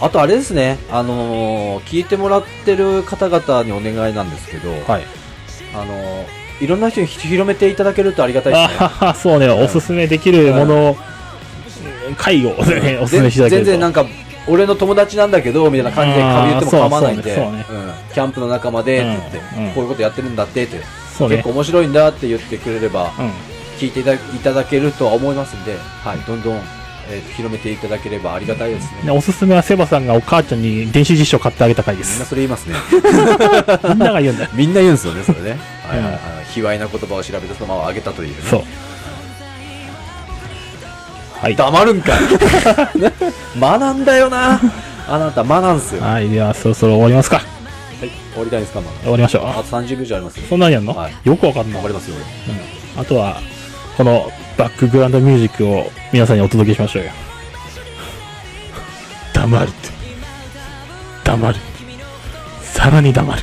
[SPEAKER 2] あとあれですねあのー聞いてもらってる方々にお願いなんですけど、
[SPEAKER 1] はい。
[SPEAKER 2] あのーいろんな人にひ広めていただけるとありがたい で
[SPEAKER 1] あ
[SPEAKER 2] すね
[SPEAKER 1] はは、そうね、おすすめできるものを、介護をね、おすすめしていただけ
[SPEAKER 2] 全
[SPEAKER 1] ると。
[SPEAKER 2] 然なんか俺の友達なんだけどみたいな感じでかみ言っても構わないんで
[SPEAKER 1] あーそうそうね
[SPEAKER 2] うんキャンプの仲間でって言って、
[SPEAKER 1] うんうん
[SPEAKER 2] こういうことやってるんだってって、
[SPEAKER 1] そう
[SPEAKER 2] 結
[SPEAKER 1] ね
[SPEAKER 2] 構。面白いんだって言ってくれれば、
[SPEAKER 1] うん。
[SPEAKER 2] 聞いていただいただけるとは思いますんで、はい、どんどん、えー広めていただければありがたいですね。
[SPEAKER 1] ねおすすめはセバさんがお母ちゃんに電子辞書を買ってあげた回で
[SPEAKER 2] みんな
[SPEAKER 1] す。
[SPEAKER 2] それ言いますね。
[SPEAKER 1] みんなが言うんだよ。
[SPEAKER 2] みんな言うんですよね、それ ね。はい
[SPEAKER 1] うん
[SPEAKER 2] はいはい。卑猥な言葉を調べたそのまま上げたという、ね。
[SPEAKER 1] そう。はい。
[SPEAKER 2] 黙るんかい学んだよ なあなた、学なんすよ。
[SPEAKER 1] はい、ではそろそろ終わりますか。
[SPEAKER 2] 終わりたいですか、ま
[SPEAKER 1] 終わりましょう。
[SPEAKER 2] あ、あと30秒じゃありますよ。
[SPEAKER 1] そんなんやんの、
[SPEAKER 2] はい
[SPEAKER 1] よくわかんな
[SPEAKER 2] 頑
[SPEAKER 1] い。
[SPEAKER 2] 張りますよ、俺。
[SPEAKER 1] うんあとは、このバックグラウンドミュージックを皆さんにお届けしましょうよ。 黙るって。黙る。さらに黙る。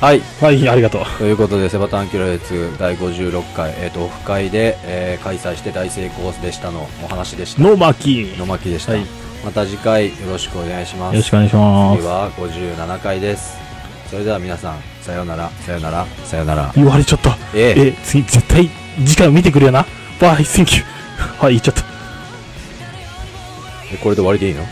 [SPEAKER 2] はい。
[SPEAKER 1] はい、ありがとう。
[SPEAKER 2] ということで、セバタンキロヘッツ第56回、えっ、と、オフ会で、えー開催して大成功でしたのお話でした。
[SPEAKER 1] ノーマーキー。
[SPEAKER 2] 野
[SPEAKER 1] よ
[SPEAKER 2] 巻でした、
[SPEAKER 1] はい
[SPEAKER 2] また次回よろしくお願いします
[SPEAKER 1] ろしくお願いしま
[SPEAKER 2] 次
[SPEAKER 1] す。
[SPEAKER 2] は57回ですそれでは皆さんさようならさようならさようなら
[SPEAKER 1] 言われちゃった。
[SPEAKER 2] ええ
[SPEAKER 1] え次、絶対、次回見てくれよな。バイ、センキュー。はい、言っちゃった。
[SPEAKER 2] えこれで終わりでいいの